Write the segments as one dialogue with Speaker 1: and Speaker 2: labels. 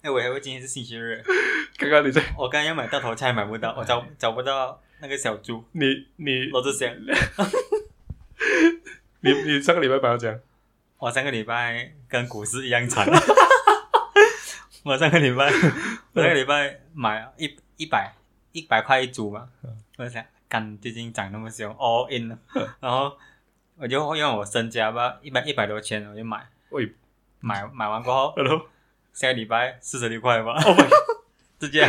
Speaker 1: 哎，我还会今天是星期日，
Speaker 2: 刚刚你在
Speaker 1: 我刚要买大头菜买不到，我找找不到那个小猪
Speaker 2: 你你
Speaker 1: 罗志祥。
Speaker 2: 你你上个礼拜把它讲，
Speaker 1: 我上个礼拜跟股市一样惨， 我上个礼拜我上个礼拜买一一百一百块一株嘛，
Speaker 2: 嗯
Speaker 1: 我想干最近涨那么凶，all in，了 然后我就用我身家吧，一百一百多千我就买
Speaker 2: 喂，
Speaker 1: 买买完过后，
Speaker 2: 然后
Speaker 1: 下个礼拜四十六块吧，
Speaker 2: Oh my
Speaker 1: 直接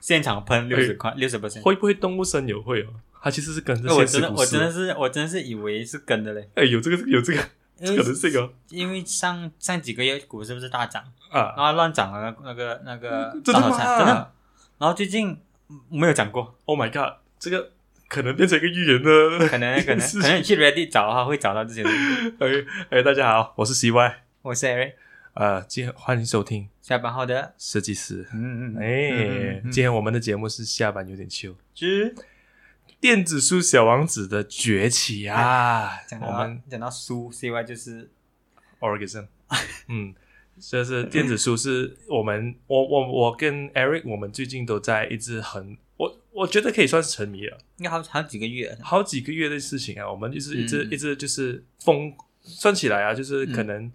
Speaker 1: 现场喷六十块六十 percent。
Speaker 2: 会不会动物声友会哦？它其实是跟着
Speaker 1: 那我
Speaker 2: 现
Speaker 1: 真的
Speaker 2: 实股
Speaker 1: 我真的
Speaker 2: 市，
Speaker 1: 是我真的是以为是跟的嘞，
Speaker 2: 哎，有这个有这个
Speaker 1: 因
Speaker 2: 这 可
Speaker 1: 为
Speaker 2: 能性哦
Speaker 1: 因为上上几个月股市不是大涨。
Speaker 2: 啊！
Speaker 1: 然后乱涨了那个那个
Speaker 2: 真的吗
Speaker 1: 大头
Speaker 2: 啊
Speaker 1: 菜真的。然后最近嗯没有讲 过，
Speaker 2: Oh my god，这个可能变成一个预言的。
Speaker 1: 可 能可能
Speaker 2: 是
Speaker 1: 可能你去 Reddit 找的话会找到这些东西。
Speaker 2: 哎哎，大家好，我是 CY，
Speaker 1: 我是 Eric，
Speaker 2: 呃，今天欢迎收听
Speaker 1: 下班后的
Speaker 2: 设计师。
Speaker 1: 嗯嗯嗯
Speaker 2: 哎，
Speaker 1: 嗯嗯
Speaker 2: 今天我们的节目是下班有点秋，
Speaker 1: 之
Speaker 2: 电子书小王子的崛起啊！
Speaker 1: 哎讲
Speaker 2: 我
Speaker 1: 到
Speaker 2: 们
Speaker 1: 讲到书 CY 就是
Speaker 2: Oregon，嗯，就是电子书是我们我我我跟 Eric，我们最近都在一直很我我觉得可以算是沉迷了，
Speaker 1: 应该好好几个月了，
Speaker 2: 好几个月的事情啊，我们一直一直、
Speaker 1: 嗯
Speaker 2: 一直就是疯，算起来啊，就是可能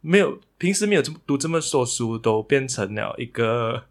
Speaker 2: 没有、平时没有这么读这么多书，都变成了一个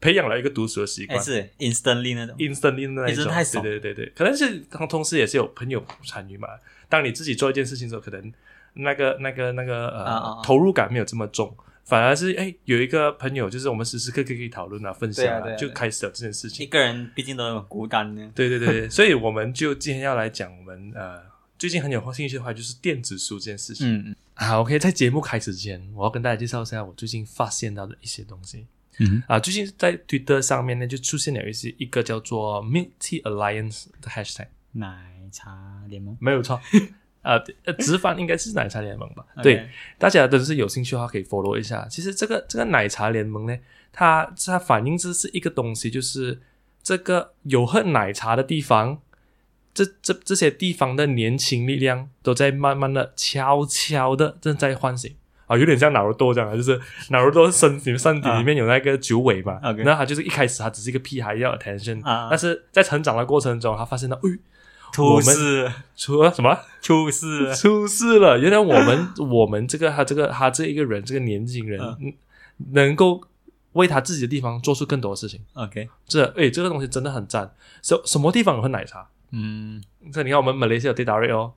Speaker 2: 培养了一个读书的习
Speaker 1: 哎
Speaker 2: 惯。
Speaker 1: 是 instantly 那种，
Speaker 2: instantly 的那一
Speaker 1: 真
Speaker 2: 种，
Speaker 1: 的太爽
Speaker 2: 对对对对，可能是同同时也是有朋友参与嘛。当你自己做一件事情的时候，可能那个那个那个呃
Speaker 1: 啊啊啊
Speaker 2: 投入感没有这么重，反而是哎有一个朋友，就是我们时时刻刻可以讨论啊、分享
Speaker 1: 对啊对啊
Speaker 2: 就
Speaker 1: 对啊
Speaker 2: 开始了这件事
Speaker 1: 一
Speaker 2: 情。
Speaker 1: 个人毕竟都很孤单呢。
Speaker 2: 对对对 对，所以我们就今天要来讲我们呃最近很有兴趣的话，就是电子书这件事情。
Speaker 1: 嗯
Speaker 2: 好，OK，在节目开始之前，我要跟大家介绍一下我最近发现到的一些东西。
Speaker 1: 嗯
Speaker 2: 啊，最近在 Twitter 上面呢，就出现了一些一个叫做 Milk Tea Alliance 的 hashtag，
Speaker 1: 奶茶联盟
Speaker 2: 没有错，呃，呃直翻应该是奶茶联盟吧
Speaker 1: OK
Speaker 2: 对，大家都是有兴趣的话可以 follow 一下。其实这个这个奶茶联盟呢，它它反映这是一个东西，就是这个有喝奶茶的地方，这这这些地方的年轻力量都在慢慢的、悄悄的正在唤醒。啊，有点像脑肉多这样啊，就是脑肉多身体身体里面有那个九尾嘛，
Speaker 1: 啊 OK
Speaker 2: 然后他就是一开始他只是一个屁孩要 attention，、
Speaker 1: 啊
Speaker 2: 但是在成长的过程中，他发现到，哎，
Speaker 1: 出事
Speaker 2: 除了什么？
Speaker 1: 出事了，
Speaker 2: 出事了！原来我们我们这个他这个他这一个人这个年轻人，嗯能够为他自己的地方做出更多的事情，
Speaker 1: OK
Speaker 2: 这诶这个东西真的很赞。什什么地方有喝奶茶？
Speaker 1: 嗯。
Speaker 2: 这你看我们马来西亚有 d a t a r e 哦，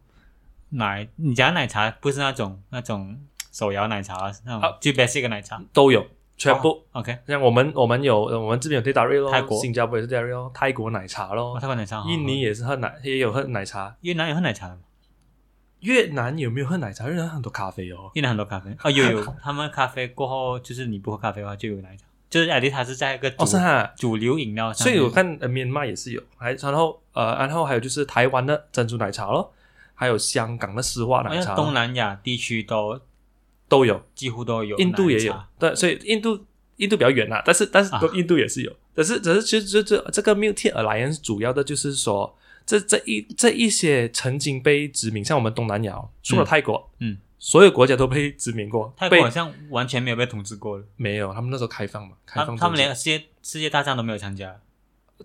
Speaker 1: 奶，你家奶茶不是那种那种手摇奶茶，那种
Speaker 2: 啊
Speaker 1: 最 basic 的奶茶，
Speaker 2: 都有，全部。
Speaker 1: OK，
Speaker 2: 像我们我们有呃我们这边有 d a t a r e 咯，
Speaker 1: 泰国
Speaker 2: 新加坡也是 d a t a r e 咯，泰国奶茶咯
Speaker 1: 哦，，泰国奶茶好喝，
Speaker 2: 印尼也是喝奶也有喝奶茶，
Speaker 1: 越南有喝奶茶的吗？
Speaker 2: 越南有没有喝奶茶？越南很多咖啡哦。
Speaker 1: 越南很多咖啡哦，有 有，他们咖啡过后就是你不喝咖啡的话就有奶茶，就是艾丽塔是在一个主、
Speaker 2: 哦，是哈，
Speaker 1: 主流饮料上
Speaker 2: 所
Speaker 1: 面，
Speaker 2: 以我看呃，缅甸也是有，还然后呃，然后还有就是台湾的珍珠奶茶咯，还有香港的丝袜
Speaker 1: 好
Speaker 2: 奶
Speaker 1: 像
Speaker 2: 茶
Speaker 1: 哎东南亚地区都
Speaker 2: 都有，
Speaker 1: 几乎都有奶茶，
Speaker 2: 印度也有，对，所以印度印度比较远啦，但是但是
Speaker 1: 啊
Speaker 2: 印度也是有，但是只是其实这这这个 Milk Tea Alliance 主要的就是说，这这一这一些曾经被殖民，像我们东南亚哦，除了
Speaker 1: 嗯
Speaker 2: 泰国，
Speaker 1: 嗯
Speaker 2: 所有国家都被殖民过，
Speaker 1: 泰国
Speaker 2: 被
Speaker 1: 好像完全没有被统治过了，
Speaker 2: 没有，他们那时候开放嘛，开
Speaker 1: 他
Speaker 2: 放
Speaker 1: 他们
Speaker 2: 政策
Speaker 1: 连世界世界大战都没有参加，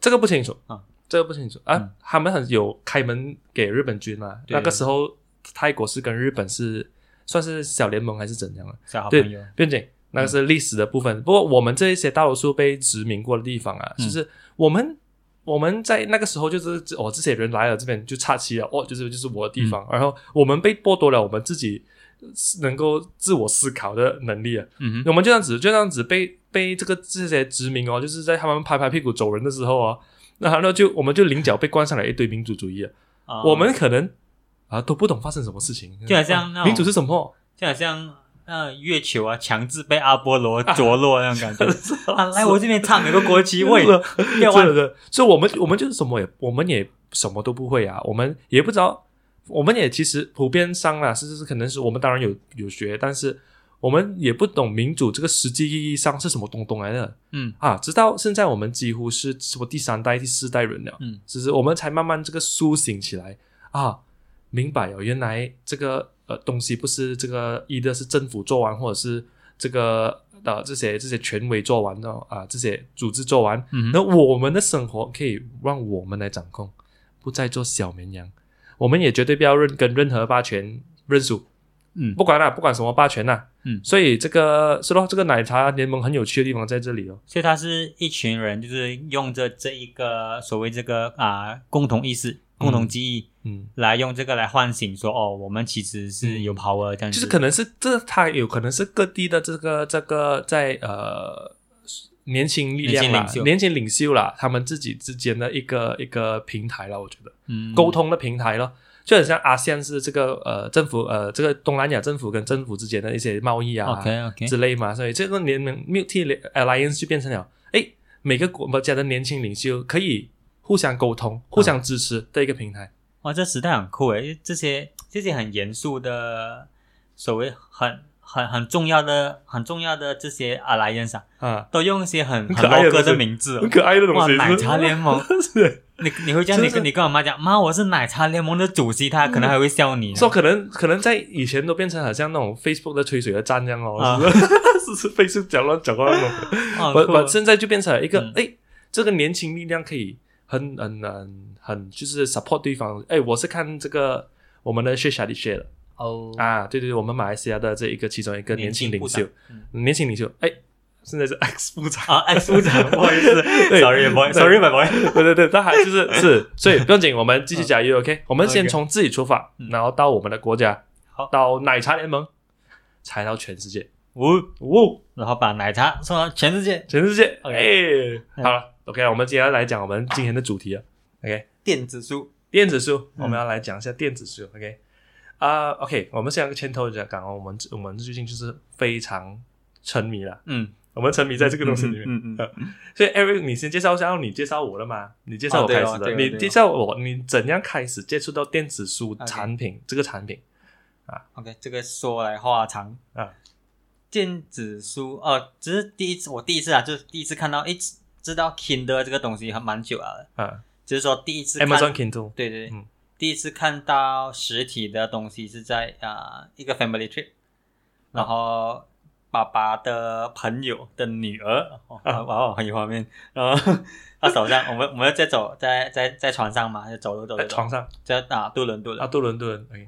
Speaker 2: 这个不清楚
Speaker 1: 啊，
Speaker 2: 这个不清楚啊。
Speaker 1: 嗯
Speaker 2: 他们很有开门给日本军嘛？
Speaker 1: 对
Speaker 2: 那个时候泰国是跟日本是算是小联盟还是怎样啊？
Speaker 1: 小好
Speaker 2: 对
Speaker 1: 朋友，
Speaker 2: 并且那个是
Speaker 1: 嗯
Speaker 2: 历史的部分。不过我们这一些大多数被殖民过的地方啊，
Speaker 1: 嗯
Speaker 2: 就是我们我们在那个时候就是哦，这些人来了这边就插旗了，哦，就是就是我的地
Speaker 1: 嗯
Speaker 2: 方。然后我们被剥夺了我们自己能够自我思考的能力啊。
Speaker 1: 嗯哼，
Speaker 2: 我们就这样子，就这样子被被这个这些殖民哦，就是在他们拍拍屁股走人的时候哦， 那然后就我们就领脚被关上来一堆民主主义了。
Speaker 1: 啊
Speaker 2: 我们可能啊都不懂发生什么事情，
Speaker 1: 就好像那
Speaker 2: 啊
Speaker 1: 种
Speaker 2: 民主是什么？
Speaker 1: 就好像呃月球啊，强制被阿波罗着落那种感觉。 啊，来我这边唱有个国旗，喂，不要
Speaker 2: 对
Speaker 1: 忘了
Speaker 2: 对，所以我们我们就是什么也我们也什么都不会啊，我们也不知道，我们也其实普遍上啦，是是是，可能是我们当然有有学，但是我们也不懂民主这个实际意义上是什么东东来的。
Speaker 1: 嗯
Speaker 2: 啊，直到现在我们几乎是什么第三代、第四代人了，
Speaker 1: 嗯，
Speaker 2: 只是我们才慢慢这个苏醒起来啊。明白哦，原来这个呃东西不是这个一的是政府做完，或者是这个呃这些这些权威做完的啊、这些组织做完，
Speaker 1: 嗯
Speaker 2: 那我们的生活可以让我们来掌控，不再做小绵羊。我们也绝对不要认跟任何霸权认输，
Speaker 1: 嗯
Speaker 2: 不管啦、不管什么霸权啦、
Speaker 1: 嗯
Speaker 2: 所以这个是咯，这个奶茶联盟很有趣的地方在这里哦。
Speaker 1: 所以他是一群人，就是用着这一个所谓这个啊、共同意识、共同记忆，
Speaker 2: 嗯，
Speaker 1: 来用这个来唤醒说，哦，我们其实是有
Speaker 2: 嗯
Speaker 1: power 这样
Speaker 2: 就
Speaker 1: 子，
Speaker 2: 是可能是这，它有可能是各地的这个这个在呃年轻力量
Speaker 1: 年轻
Speaker 2: 啦
Speaker 1: 领袖，
Speaker 2: 年轻领袖啦，他们自己之间的一个一个平台了，我觉得。
Speaker 1: 嗯
Speaker 2: 沟，通的平台咯。就很像阿仙是这个呃政府呃这个东南亚政府跟政府之间的一些贸易啊
Speaker 1: OK OK，
Speaker 2: 之类嘛，所以这个联盟 multi alliance 就变成了诶，每个国家的年轻领袖可以互相沟通、互
Speaker 1: 啊
Speaker 2: 相支持的一个平台。
Speaker 1: 哇，这时代很酷诶，因为这些这些很严肃的，所谓很很很重要的、很重要的这些 alliance 啊，
Speaker 2: 啊，
Speaker 1: 都用一些很
Speaker 2: 可
Speaker 1: 很
Speaker 2: 爱的
Speaker 1: local
Speaker 2: 东
Speaker 1: 的
Speaker 2: 西
Speaker 1: 名字、哦
Speaker 2: 很。可爱的东
Speaker 1: 哇，
Speaker 2: 西，是
Speaker 1: 奶茶联盟，
Speaker 2: 是，
Speaker 1: 你你会这样，
Speaker 2: 就
Speaker 1: 你
Speaker 2: 是
Speaker 1: 跟你跟我妈讲，妈，我是奶茶联盟的主席，她可能还会笑你。
Speaker 2: 说可能可能在以前都变成好像那种 Facebook 的吹水的站这样哦，
Speaker 1: 啊
Speaker 2: 是 不是是是 Facebook 讲乱讲话那种。
Speaker 1: 哦
Speaker 2: 我
Speaker 1: 酷
Speaker 2: 我 现在就变成了一个
Speaker 1: 嗯，
Speaker 2: 哎、这个年轻力量可以很很很很就是 support 对方。哎，我是看这个我们的 s h e s h a d i s h e 的
Speaker 1: 哦，
Speaker 2: 啊，对对对，我们马来西亚的这一个其中一个年轻领袖
Speaker 1: 部，长嗯
Speaker 2: 年轻领袖，哎，现在是 X 部长。
Speaker 1: 啊，X 部 长，不好意思，sorry boy，sorry my boy，
Speaker 2: 对对对，那还 就是是，所以不用紧，我们继续加油，OK？我们先
Speaker 1: OK
Speaker 2: 从自己出发，
Speaker 1: 嗯
Speaker 2: 然后到我们的国家，
Speaker 1: 好
Speaker 2: 到奶茶联盟，才到全世界，
Speaker 1: 呜，
Speaker 2: 哦，
Speaker 1: 然后把奶茶送到全世界，
Speaker 2: 全世界，哎，
Speaker 1: 嗯
Speaker 2: 好了，OK，我们接下来讲我们今天的主题了，OK？
Speaker 1: 电子书，
Speaker 2: 电子书，
Speaker 1: 嗯
Speaker 2: 我们要来讲一下电子书。OK，啊、o k 我们先前头就讲哦，我们我们最近就是非常沉迷了，
Speaker 1: 嗯，
Speaker 2: 我们沉迷在这个东西里面。
Speaker 1: 嗯嗯嗯
Speaker 2: 所以 Eric，你先介绍一下，哦你介绍我的嘛？你介绍我
Speaker 1: 哦对
Speaker 2: 开
Speaker 1: 哦
Speaker 2: 始的，
Speaker 1: 对哦对
Speaker 2: 你
Speaker 1: 哦
Speaker 2: 介绍我，你怎样开始接触到电子书
Speaker 1: OK
Speaker 2: 产品这个产品？
Speaker 1: ，OK，这个说来话长
Speaker 2: 啊，
Speaker 1: 电子书哦，只是第一次，我第一次啊，就是第一次看到，诶，知道 Kindle 这个东西还蛮久了，
Speaker 2: 啊
Speaker 1: 只是说第一次看
Speaker 2: ，Amazon Kindle，
Speaker 1: 对对，对
Speaker 2: 嗯
Speaker 1: 第一次看到实体的东西是在啊、呃一个 family trip，然
Speaker 2: 嗯
Speaker 1: 后爸爸的朋友的女儿，哦
Speaker 2: 啊
Speaker 1: 哇哦，很有画面，然后他手上，我们我们在走在在在船上嘛，就走路走
Speaker 2: 在
Speaker 1: 路，
Speaker 2: 哎床上
Speaker 1: 在啊渡轮渡
Speaker 2: 啊，
Speaker 1: 轮，
Speaker 2: 渡轮渡轮，OK，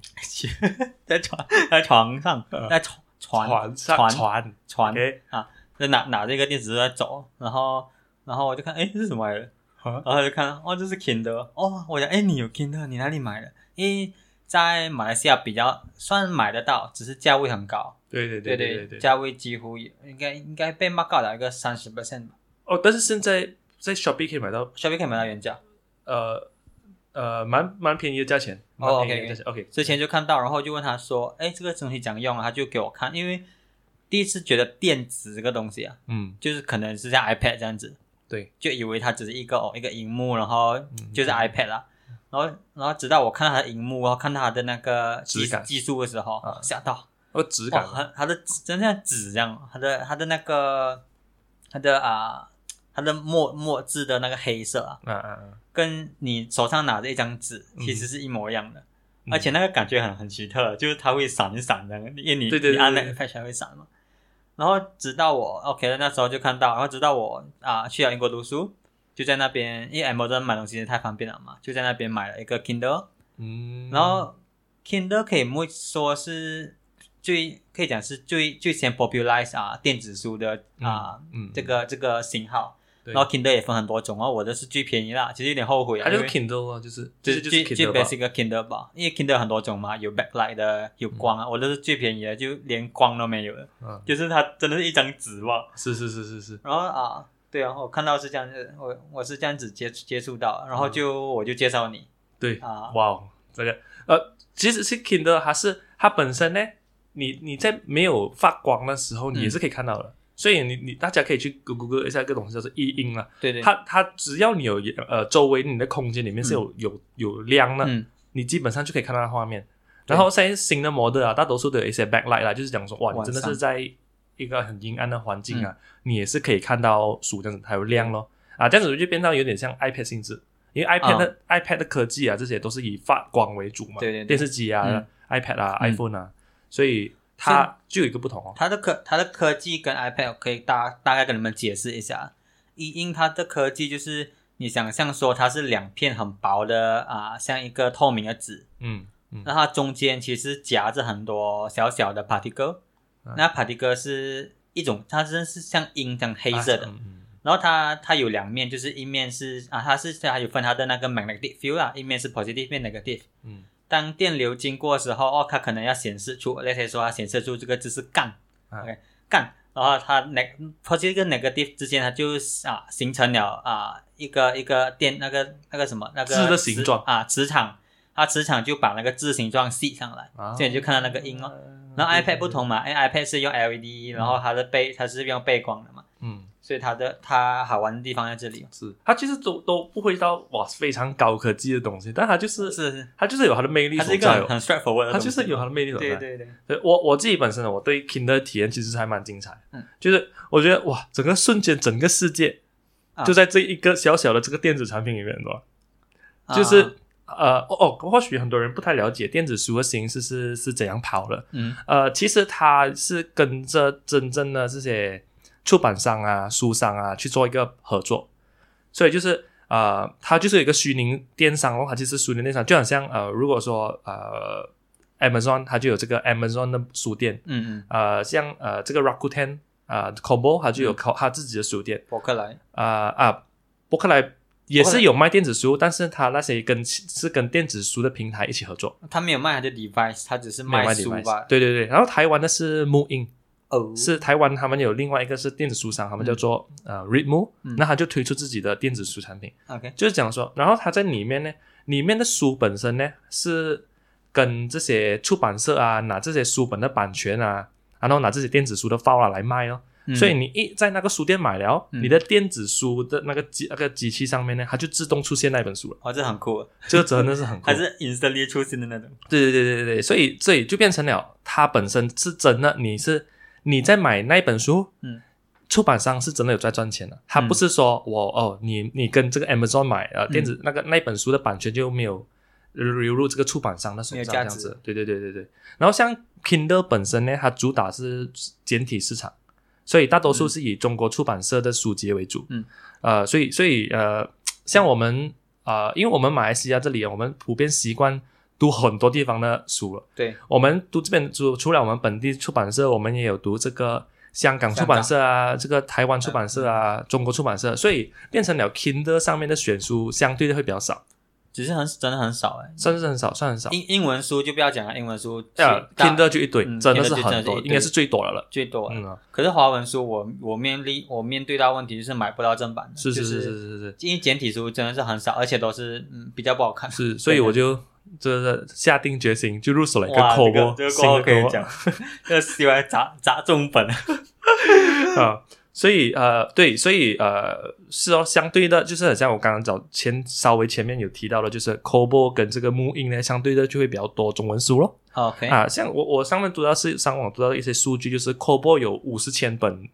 Speaker 1: 在床在床上
Speaker 2: 啊
Speaker 1: 在床船
Speaker 2: 上
Speaker 1: 船
Speaker 2: 船
Speaker 1: 船
Speaker 2: ，OK，
Speaker 1: 啊就拿拿着一个电子书在走，然后然后我就看，哎，这是什么来的？
Speaker 2: 啊
Speaker 1: 然后就看，哦，这是 Kindle，哦，我讲，哎，你有 Kindle，你哪里买的？因为在马来西亚比较算买得到，只是价位很高，
Speaker 2: 对对
Speaker 1: 对
Speaker 2: 对对对。
Speaker 1: 价位几乎也应该应该被 mark 到一个三十 percent 吧
Speaker 2: 哦，但是现在在 Shopee 可以买到，
Speaker 1: ，Shopee 可以买到原价。
Speaker 2: 呃呃，蛮蛮便宜的价钱，蛮
Speaker 1: 哦
Speaker 2: 便宜的价钱，OK，
Speaker 1: 之前就看到，然后就问他说，哎，这个东西怎样用啊？他就给我看，因为第一次觉得电子这个东西啊，
Speaker 2: 嗯，
Speaker 1: 就是可能是像 iPad 这样子，
Speaker 2: 对，嗯
Speaker 1: 就以为它只是一个哦一个荧幕，然后就是 iPad 啦。然后，然后直到我看到它的荧幕，然后看到它的那个技
Speaker 2: 质感
Speaker 1: 技术的时候，
Speaker 2: 啊
Speaker 1: 吓到，
Speaker 2: 哦，质
Speaker 1: 哇，
Speaker 2: 感
Speaker 1: 它它的纸真的像纸这样，它的它的那个它的啊、它的墨墨汁的那个黑色啊，
Speaker 2: 啊啊啊！
Speaker 1: 跟你手上拿着一张纸
Speaker 2: 嗯
Speaker 1: 其实是一模一样的，
Speaker 2: 嗯
Speaker 1: 而且那个感觉很很奇特，就是它会闪一闪的，因为你
Speaker 2: 对对对
Speaker 1: 你按那
Speaker 2: 对
Speaker 1: 个 patch 它会闪嘛。然后直到我 OK 那时候就看到，然后直到我啊、去了英国读书，就在那边，因为 Amazon 买东西太方便了嘛，就在那边买了一个 Kindle，
Speaker 2: 嗯，
Speaker 1: 然后 Kindle 可以莫说是最可以讲是最最先 popularize 啊电子书的啊、
Speaker 2: 嗯，嗯
Speaker 1: 这，个这个型号，
Speaker 2: 对
Speaker 1: 然后 Kindle 也分很多种哦，我的是最便宜啦，其实有点后悔啊，
Speaker 2: 它就是
Speaker 1: 因为
Speaker 2: Kindle 啊，就是就
Speaker 1: 最
Speaker 2: 是就
Speaker 1: 最
Speaker 2: 是
Speaker 1: 最
Speaker 2: Kindle 吧
Speaker 1: basic 的 Kindle 吧，因为 Kindle 很多种嘛，有 backlight 的，有光啊，我的是最便宜的，就连光都没有的，
Speaker 2: 嗯，
Speaker 1: 就是它真的是一张纸吧，
Speaker 2: 是是是是是，
Speaker 1: 然后啊，对啊，我看到是这样子，我我是这样子接接触到，然后就、
Speaker 2: 嗯
Speaker 1: 我就介绍你
Speaker 2: 对，
Speaker 1: 啊，
Speaker 2: 哇哦，这个呃，其实是 Kindle 还是它本身呢？你你在没有发光的时候，你
Speaker 1: 嗯
Speaker 2: 也是可以看到的。所以你你大家可以去 Google 一下一个东西叫做异音啊，
Speaker 1: 对对，
Speaker 2: 它它只要你有呃周围你的空间里面是有、有有亮的，
Speaker 1: 嗯
Speaker 2: 你基本上就可以看到它的画面。
Speaker 1: 对
Speaker 2: 然后现在新的 model 啊，大多数都有一些 backlight 啦，就是讲说，哇，你
Speaker 1: 晚
Speaker 2: 真
Speaker 1: 上
Speaker 2: 的是在一个很阴暗的环境
Speaker 1: 嗯
Speaker 2: 啊，你也是可以看到书这样子，还有亮咯啊，这样子就变到有点像 iPad 性质，因为 iPad 的、iPad 的科技啊，这些都是以发光为主嘛，
Speaker 1: 对对对
Speaker 2: 电视机啊、
Speaker 1: 嗯
Speaker 2: iPad 啊、
Speaker 1: 嗯
Speaker 2: iPhone 啊，所以它就有一个不同哦。
Speaker 1: 它的科它的科技跟 iPad 可以大大概跟你们解释一下。一因它的科技就是你想象说它是两片很薄的啊、像一个透明的纸，
Speaker 2: 嗯嗯
Speaker 1: 那它中间其实夹着很多小小的 particle，、
Speaker 2: 嗯
Speaker 1: 那 particle 是一种它真是像鹰这样黑色的，
Speaker 2: 啊嗯
Speaker 1: 然后它它有两面，就是一面是啊它是它有分它的那个 magnetic field 啊，一面是 positive，一面 negative。
Speaker 2: 嗯
Speaker 1: 当电流经过的时候，哦，它可能要显示出，那些说它显示出这个字是杠、
Speaker 2: 啊
Speaker 1: o k 杠，然后它哪，它这个 negative 之间，它就啊形成了啊一个一个电那个那个什么那个
Speaker 2: 字的形
Speaker 1: 磁
Speaker 2: 状
Speaker 1: 啊磁场，它磁场就把那个字形状吸上来，
Speaker 2: 啊
Speaker 1: 所以你就看到那个音哦。
Speaker 2: 嗯
Speaker 1: 然后 iPad 不同嘛，因为 iPad 是用 LED，然后它的背它是用背光的嘛，
Speaker 2: 嗯，
Speaker 1: 所以它的它好玩的地方在这里哦，
Speaker 2: 是它其实都都不会到哇非常高科技的东西，但它就是
Speaker 1: 是是，
Speaker 2: 它就是有它的魅力
Speaker 1: 它是
Speaker 2: 所
Speaker 1: 一个
Speaker 2: 在
Speaker 1: 很
Speaker 2: 哦，
Speaker 1: 很 straightforward 的
Speaker 2: 它
Speaker 1: 东西，
Speaker 2: 就是有它的魅力所在
Speaker 1: 对。对对，
Speaker 2: 对我我自己本身呢，我对 Kindle 体验其实还蛮精彩，
Speaker 1: 嗯，
Speaker 2: 就是我觉得哇，整个瞬间整个世界
Speaker 1: 啊
Speaker 2: 就在这一个小小的这个电子产品里面，懂吗？
Speaker 1: 啊
Speaker 2: 就是呃哦哦，或许很多人不太了解电子书的形式是是怎样跑的，
Speaker 1: 嗯
Speaker 2: 呃，其实它是跟着真正的这些出版商啊、书商啊去做一个合作，所以就是呃，它就是有一个虚拟电商的话，它其实虚拟电商就很像呃，如果说呃，Amazon 它就有这个 Amazon 的书店，
Speaker 1: 嗯嗯，
Speaker 2: 呃，像呃这个 Rakuten 啊、c o b o 它就有
Speaker 1: 嗯
Speaker 2: 靠它自己的书店，
Speaker 1: 博客来。
Speaker 2: 啊、啊，博客来。也
Speaker 1: 博客
Speaker 2: 是
Speaker 1: 来
Speaker 2: 有卖电子书，但是它那些跟是跟电子书的平台一起合作，
Speaker 1: 他没有卖他的 device，他只是
Speaker 2: 没有卖
Speaker 1: 书
Speaker 2: device。
Speaker 1: 吧？
Speaker 2: 对对对，然后台湾的是 m o i n
Speaker 1: 哦，
Speaker 2: 是台湾他们有另外一个是电子书商，他们叫做、呃 Readmo，、
Speaker 1: 嗯
Speaker 2: 那他就推出自己的电子书产品，
Speaker 1: OK，
Speaker 2: 就是讲说，然后他在里面呢，里面的书本身呢是跟这些出版社啊拿这些书本的版权啊，然后拿这些电子书的 file 啊来卖哦。
Speaker 1: 嗯
Speaker 2: 所以你一在那个书店买了，
Speaker 1: 嗯
Speaker 2: 你的电子书的那个机那个机器上面呢，它就自动出现那本书了，
Speaker 1: 哦，这很酷，
Speaker 2: 这个真的是很酷。
Speaker 1: 还是 instantly 出新的那种。
Speaker 2: 对对对对对，所以所以就变成了它本身是真的，你是你在买那一本书，
Speaker 1: 嗯，
Speaker 2: 出版商是真的有在赚钱的，他
Speaker 1: 嗯
Speaker 2: 不是说我哦，你你跟这个 Amazon 买呃
Speaker 1: 嗯
Speaker 2: 电子、那个那本书的版权就没有流入这个出版商的手
Speaker 1: 没有
Speaker 2: 上这
Speaker 1: 价
Speaker 2: 样
Speaker 1: 值
Speaker 2: 子，对对对对对。然后像 Kindle 本身呢，它主打是简体市场，所以大多数
Speaker 1: 嗯
Speaker 2: 是以中国出版社的书籍为主，
Speaker 1: 嗯，
Speaker 2: 呃，所以所以呃，像我们呃，因为我们马来西亚这里，我们普遍习惯读很多地方的书了。
Speaker 1: 对，
Speaker 2: 我们读这边除除了我们本地出版社，我们也有读这个香港出版社啊，这个台湾出版社
Speaker 1: 嗯
Speaker 2: 啊，中国出版社，所以变成了 Kindle 上面的选书相对的会比较少，
Speaker 1: 只是很真的很少哎。
Speaker 2: 算是很少，欸算很少。
Speaker 1: 英英文书就不要讲了，英文书
Speaker 2: 呃
Speaker 1: 大
Speaker 2: ，Kindle 就一堆，
Speaker 1: 嗯
Speaker 2: 真的
Speaker 1: Kindle
Speaker 2: 是
Speaker 1: 就真的
Speaker 2: 很
Speaker 1: 是一
Speaker 2: 多，
Speaker 1: 堆
Speaker 2: 应该是最多了了。
Speaker 1: 最多了。
Speaker 2: 嗯啊，
Speaker 1: 可是华文书我我面临我面对到问题就是买不到正版的，
Speaker 2: 是
Speaker 1: 就是
Speaker 2: 是是是是
Speaker 1: 因为简体书真的是很少，而且都是嗯比较不好看。
Speaker 2: 是，所以我就这下定决心就入手了一个
Speaker 1: 哇，
Speaker 2: 口
Speaker 1: 这
Speaker 2: 播
Speaker 1: 个，这个
Speaker 2: 新
Speaker 1: 过后
Speaker 2: 的
Speaker 1: 可以
Speaker 2: 口播
Speaker 1: 讲， 这个喜欢砸砸重 本。
Speaker 2: 啊，所以呃，对，所以呃，是哦，相对的，就是很像我刚刚早前稍微前面有提到的，就是 c o b o 跟这个木印呢，相对的就会比较多中文书咯。
Speaker 1: OK，
Speaker 2: 啊，像我我上面读到是上网读到一些数据，就是 c o b o 有五十千本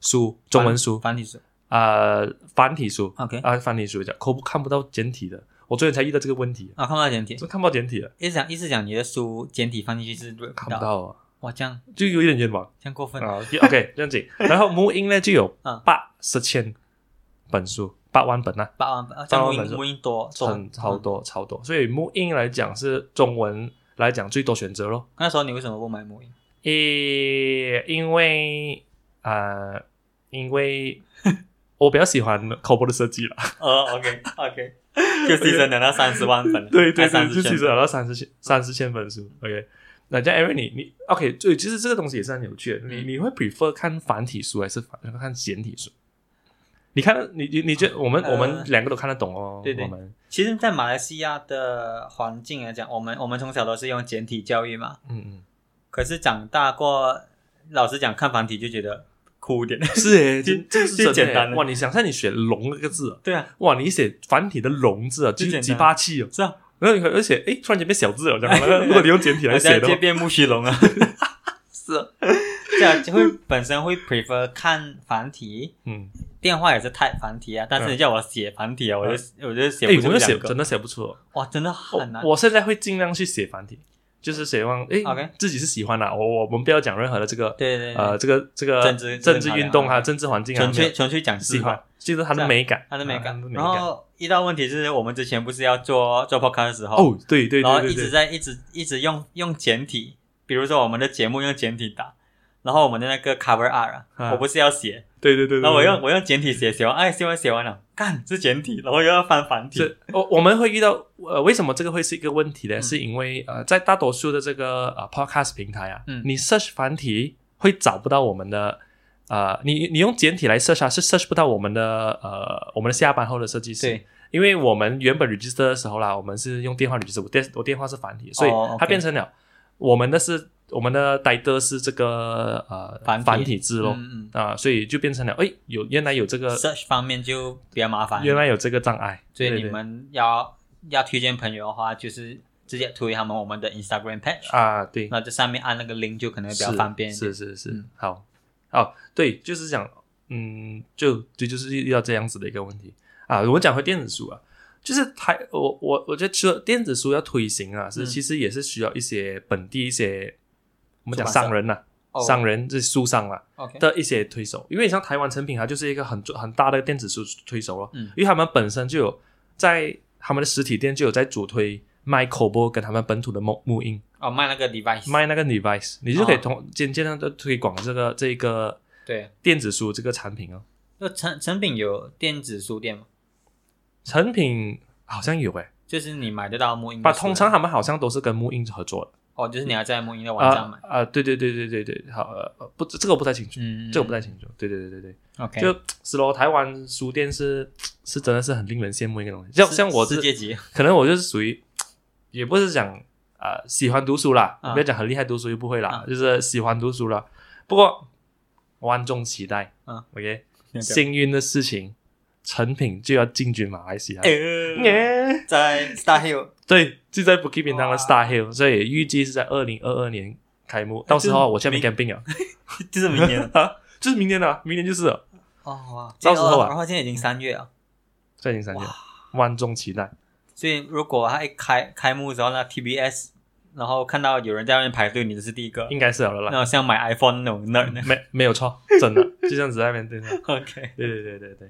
Speaker 2: 书，中文书，
Speaker 1: 繁体书。
Speaker 2: 呃，繁体书
Speaker 1: OK，
Speaker 2: 啊，繁体书讲 c o b o 看不到简体的，我最近才遇到这个问题，
Speaker 1: 啊，看不到简体，
Speaker 2: 就看不到简体了，啊
Speaker 1: 意思讲意思讲你的书简体放进去是看
Speaker 2: 看不，到啊，
Speaker 1: 哇，这样
Speaker 2: 就有点冤枉。
Speaker 1: 这样过分。
Speaker 2: 啊、o k 这样子。然后木印呢就有
Speaker 1: 嗯
Speaker 2: 八十千本书，八万本呐、啊，
Speaker 1: 八万本，啊这样
Speaker 2: 八
Speaker 1: 录
Speaker 2: 万本
Speaker 1: 音
Speaker 2: 是
Speaker 1: 录音多多
Speaker 2: 很超。多超多。所以木印来讲是中文来讲最多选择咯。
Speaker 1: 那时候你为什么不买母音？
Speaker 2: 诶，因为呃，因 为我比较喜欢 c o b o 的设计啦。
Speaker 1: 哦，OK OK，就 牺牲了那三十万本，
Speaker 2: 对对对，
Speaker 1: 三
Speaker 2: 就
Speaker 1: 十
Speaker 2: 其实找到三四千三四千本书。OK，那这样 Aaron 你你 OK，对，其实这个东西也是很有趣的。你
Speaker 1: 嗯
Speaker 2: 你会 prefer 看繁体书还是繁看简体书？你看得，你你你觉得我们、
Speaker 1: 呃
Speaker 2: 我们两个都看得懂哦。
Speaker 1: 对对
Speaker 2: 我们
Speaker 1: 其实，在马来西亚的环境来讲，我们我们从小都是用简体教育嘛，
Speaker 2: 嗯嗯，
Speaker 1: 可是长大过，老实讲，看繁体就觉得酷一点。
Speaker 2: 是诶，这这是
Speaker 1: 最
Speaker 2: 真的
Speaker 1: 简
Speaker 2: 诶
Speaker 1: 单的
Speaker 2: 哇！你想象你写“龙”这个字啊，
Speaker 1: 对啊，
Speaker 2: 哇，你写繁体的“龙”字啊，
Speaker 1: 最
Speaker 2: 就
Speaker 1: 简单
Speaker 2: 几霸气哦。
Speaker 1: 是啊，
Speaker 2: 然后你而且诶，突然间变小 字了，这样。如果你用简体来
Speaker 1: 我
Speaker 2: 写
Speaker 1: 在
Speaker 2: 的
Speaker 1: 这
Speaker 2: 话，
Speaker 1: 边木须龙啊，啊
Speaker 2: 是啊
Speaker 1: 这样就会本身会 prefer 看繁体，
Speaker 2: 嗯
Speaker 1: 电话也是 type 繁体啊，但是你叫我写繁体啊，我就我就写不
Speaker 2: 哎，我真
Speaker 1: 出
Speaker 2: 的写
Speaker 1: 两
Speaker 2: 真
Speaker 1: 个，
Speaker 2: 的写不出哦。
Speaker 1: 哇，真的
Speaker 2: 我
Speaker 1: 很难。
Speaker 2: 我现在会尽量去写繁体，就是写望哎
Speaker 1: OK
Speaker 2: 自己是喜欢啦。我我们不要讲任何的这个
Speaker 1: 对对对，
Speaker 2: 呃这个这个
Speaker 1: 政治
Speaker 2: 政
Speaker 1: 政
Speaker 2: 治
Speaker 1: 治
Speaker 2: 运动
Speaker 1: 考量
Speaker 2: 啊，政治环境啊，
Speaker 1: 纯
Speaker 2: 没有
Speaker 1: 粹纯粹讲
Speaker 2: 喜
Speaker 1: 实话，
Speaker 2: 欢，就是它
Speaker 1: 这
Speaker 2: 的
Speaker 1: 样
Speaker 2: 美感，
Speaker 1: 他的美感
Speaker 2: 啊它的。美
Speaker 1: 然后遇到问题是我们之前不是要做做 podcast 的时候，
Speaker 2: 哦，对对
Speaker 1: 然
Speaker 2: 对
Speaker 1: 后
Speaker 2: 对
Speaker 1: 一直
Speaker 2: 对，
Speaker 1: 在一直一直用用简体，比如说我们的节目用简体打，然后我们的那个 cover art，、
Speaker 2: 啊
Speaker 1: 啊、我不是要写，
Speaker 2: 对对对，
Speaker 1: 然后我
Speaker 2: 对
Speaker 1: 用我用简体写，写完哎，写完写完了，干是简体，然后又要翻繁体，
Speaker 2: 这我哦我们会遇到呃，为什么这个会是一个问题
Speaker 1: 嗯
Speaker 2: 呢？是因为呃，在大多数的这个呃 podcast 平台啊，
Speaker 1: 嗯
Speaker 2: 你 search 繁体会找不到我们的呃，你你用简体来 search 啊，是 search 不到我们的呃我们的下班后的设计师
Speaker 1: 对。
Speaker 2: 因为我们原本 register 的时候啦，我们是用电话 register，我电我电话是繁体，所以
Speaker 1: 哦，OK
Speaker 2: 它变成了我们的是我们的 title 是这个呃
Speaker 1: 繁体
Speaker 2: 字咯，啊、
Speaker 1: 嗯
Speaker 2: 所以就变成了哎有原来有这
Speaker 1: 嗯
Speaker 2: 个
Speaker 1: ，search 方面就比较麻烦，
Speaker 2: 原来有这个障碍，
Speaker 1: 所以
Speaker 2: 对
Speaker 1: 你
Speaker 2: 对
Speaker 1: 们要要推荐朋友的话，就是直接推他们我们的 Instagram page，、
Speaker 2: 啊对，
Speaker 1: 那这上面按那个 link 就可能比较
Speaker 2: 是
Speaker 1: 方便一点
Speaker 2: 是是是，
Speaker 1: 嗯
Speaker 2: 好哦，对，就是讲，嗯，就对，就是遇到这样子的一个问题啊。我们讲回电子书啊，就是台，我我我觉得除了电子书要推行啊，是、
Speaker 1: 嗯
Speaker 2: 其实也是需要一些本地一些我们讲
Speaker 1: 出版社
Speaker 2: 商人呐、啊
Speaker 1: 哦
Speaker 2: 商人这书商啊
Speaker 1: OK，
Speaker 2: 的一些推手，因为你像台湾成品，它就是一个很很大的电子书推手咯，
Speaker 1: 嗯
Speaker 2: 因为他们本身就有在他们的实体店就有在主推卖口播跟他们本土的木木印。
Speaker 1: 哦，卖那个 device，
Speaker 2: 卖那个 device，你就可以
Speaker 1: 哦
Speaker 2: 同简介上就推广呃这个这个
Speaker 1: 对，
Speaker 2: 电子书这个产品哦。
Speaker 1: 就成成品有电子书店吗？
Speaker 2: 成品好像有诶，
Speaker 1: 就是你买得到木印的
Speaker 2: 把
Speaker 1: 书
Speaker 2: 通常他们好像都是跟木印合作的
Speaker 1: 哦，就是你要在木印的
Speaker 2: 啊
Speaker 1: 网站买
Speaker 2: 啊、，对对对对对对，好呃呃不这个我不太清楚，
Speaker 1: 嗯，
Speaker 2: 这个我不太清楚，对对对对对，
Speaker 1: OK，
Speaker 2: 就是咯，台湾书店是是真的是很令人羡慕一个东西，像
Speaker 1: 世
Speaker 2: 像我
Speaker 1: 世
Speaker 2: 是
Speaker 1: 界级，
Speaker 2: 可能我就是属于，也不是讲呃喜欢读书啦，
Speaker 1: 啊
Speaker 2: 不要讲很厉害读书又不会啦，
Speaker 1: 啊
Speaker 2: 就是喜欢读书啦。不过万众期待，
Speaker 1: 啊
Speaker 2: o k 幸运的事情，成品就要进军马来西亚。
Speaker 1: 呃
Speaker 2: 耶
Speaker 1: 在 Star Hill，
Speaker 2: 对，就在 Bukit Bintang
Speaker 1: 哇
Speaker 2: 的 Star Hill，所以预计是在二零二二年开
Speaker 1: 哎
Speaker 2: 幕。到时候我下面 camping 了，
Speaker 1: 就是明年
Speaker 2: 啊， 就是明年了，明年就是了，
Speaker 1: 哦，哇，
Speaker 2: 到时候啊
Speaker 1: 然后现在已经三月了，
Speaker 2: 在已经三年，万众期待。
Speaker 1: 所以如果他一开开幕的时候，那 TBS，然后看到有人在外面排队，你就是第一个，
Speaker 2: 应该是有了啦，嗯
Speaker 1: 那像买 iPhone 那种 nerd 呢
Speaker 2: 没没有错，真的就这样子在那边对对。
Speaker 1: ，OK，
Speaker 2: 对对对对对，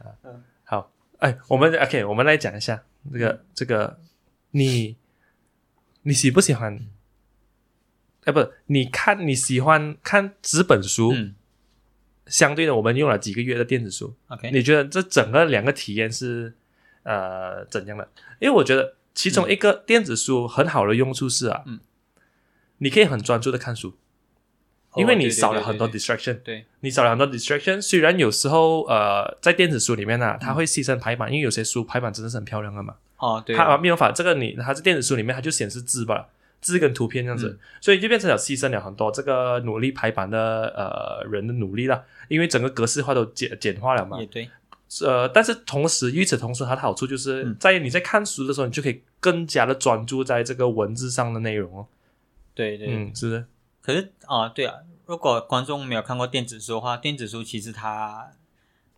Speaker 2: 啊
Speaker 1: 嗯，
Speaker 2: 好，哎，我们 OK，我们来讲一下这个这个，你你喜不喜欢？哎，不，你看你喜欢看纸本书，
Speaker 1: 嗯
Speaker 2: 相对的，我们用了几个月的电子书，
Speaker 1: ，OK，
Speaker 2: 你觉得这整个两个体验是呃怎样的？因为我觉得其中一个电子书很好的用处是啊，
Speaker 1: 嗯
Speaker 2: 你可以很专注的看书，因为你少了很多
Speaker 1: 哦对
Speaker 2: distraction，
Speaker 1: 对，
Speaker 2: 你少了很多 distraction。虽然有时候呃，在电子书里面呢、它会牺牲排版，因为有些书排版真的是很漂亮的嘛。
Speaker 1: 哦，嗯对，
Speaker 2: 它呃没有法，这个你它在电子书里面它就显示字吧，字跟图片这样子，
Speaker 1: 嗯
Speaker 2: 所以就变成了牺牲了很多这个努力排版的呃人的努力啦，因为整个格式化都简简化了嘛
Speaker 1: 也。对，
Speaker 2: 呃，但是同时与此同时，它的好处就是
Speaker 1: 嗯
Speaker 2: 在于你在看书的时候，你就可以更加的专注在这个文字上的内容哦。
Speaker 1: 对对，
Speaker 2: 嗯，是不是？
Speaker 1: 可是啊、对啊，如果观众没有看过电子书的话，电子书其实它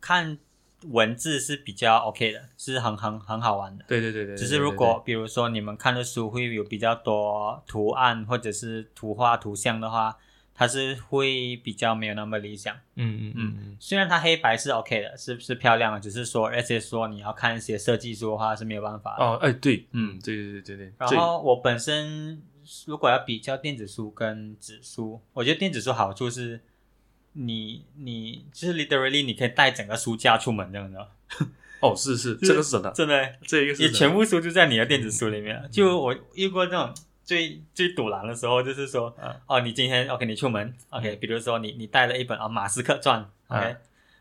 Speaker 1: 看文字是比较 OK 的，是很很很好玩的。
Speaker 2: 对对对对。
Speaker 1: 只是如果比如说你们看的书会有比较多图案或者是图画图像的话，它是会比较没有那么理想。
Speaker 2: 对，对对嗯嗯嗯嗯，
Speaker 1: 虽然它黑白是 OK 的，是是漂亮的，只是说而且说你要看一些设计书的话是没有办法的。
Speaker 2: 哦，哎，对，
Speaker 1: 嗯
Speaker 2: 对对对对对。
Speaker 1: 然
Speaker 2: 这
Speaker 1: 后我本身如果要比较电子书跟纸书，我觉得电子书好处是你，你就是 literally 你可以带整个书架出门这样的，
Speaker 2: 哦，是是，
Speaker 1: 就是
Speaker 2: 这个是真的，
Speaker 1: 真的，
Speaker 2: 这个是
Speaker 1: 也
Speaker 2: 真的嗯
Speaker 1: 全部书就在你的电子书里面。就我遇过这种最最堵拦的时候，就是说，
Speaker 2: 啊
Speaker 1: 哦，你今天 OK，你出门 OK，比
Speaker 2: 嗯
Speaker 1: 如说你你带了一本啊、马斯克传 OK，、
Speaker 2: 啊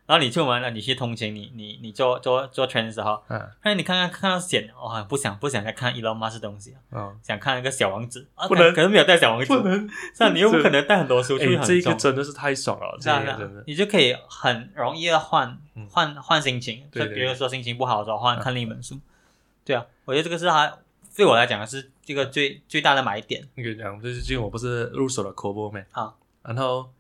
Speaker 1: 然后你出门了，你去通勤，你你你坐坐坐圈的时候，
Speaker 2: 啊
Speaker 1: 那你看看看到显，哇、不想不想再看 Elon Musk 的东西了。
Speaker 2: 啊，
Speaker 1: 想看那个小王子，啊
Speaker 2: 不能
Speaker 1: 可可能没有带小王子，
Speaker 2: 能，
Speaker 1: 那你又不可能带很多书去
Speaker 2: 哎，这
Speaker 1: 很
Speaker 2: 一
Speaker 1: 重啊
Speaker 2: 个，真的是啊太爽了，这
Speaker 1: 这样
Speaker 2: 一个
Speaker 1: 的
Speaker 2: 真的，
Speaker 1: 你就可以很容易的换
Speaker 2: 嗯
Speaker 1: 换换心情，
Speaker 2: 对
Speaker 1: 就
Speaker 2: 对
Speaker 1: 比如说心情不好的时候换
Speaker 2: 啊
Speaker 1: 看另一本书，对啊，我觉得这个是它对我来讲是这个最最大的买点，
Speaker 2: 那个讲就是，最近我不是入手了 Kobo 咩
Speaker 1: 啊，
Speaker 2: 然后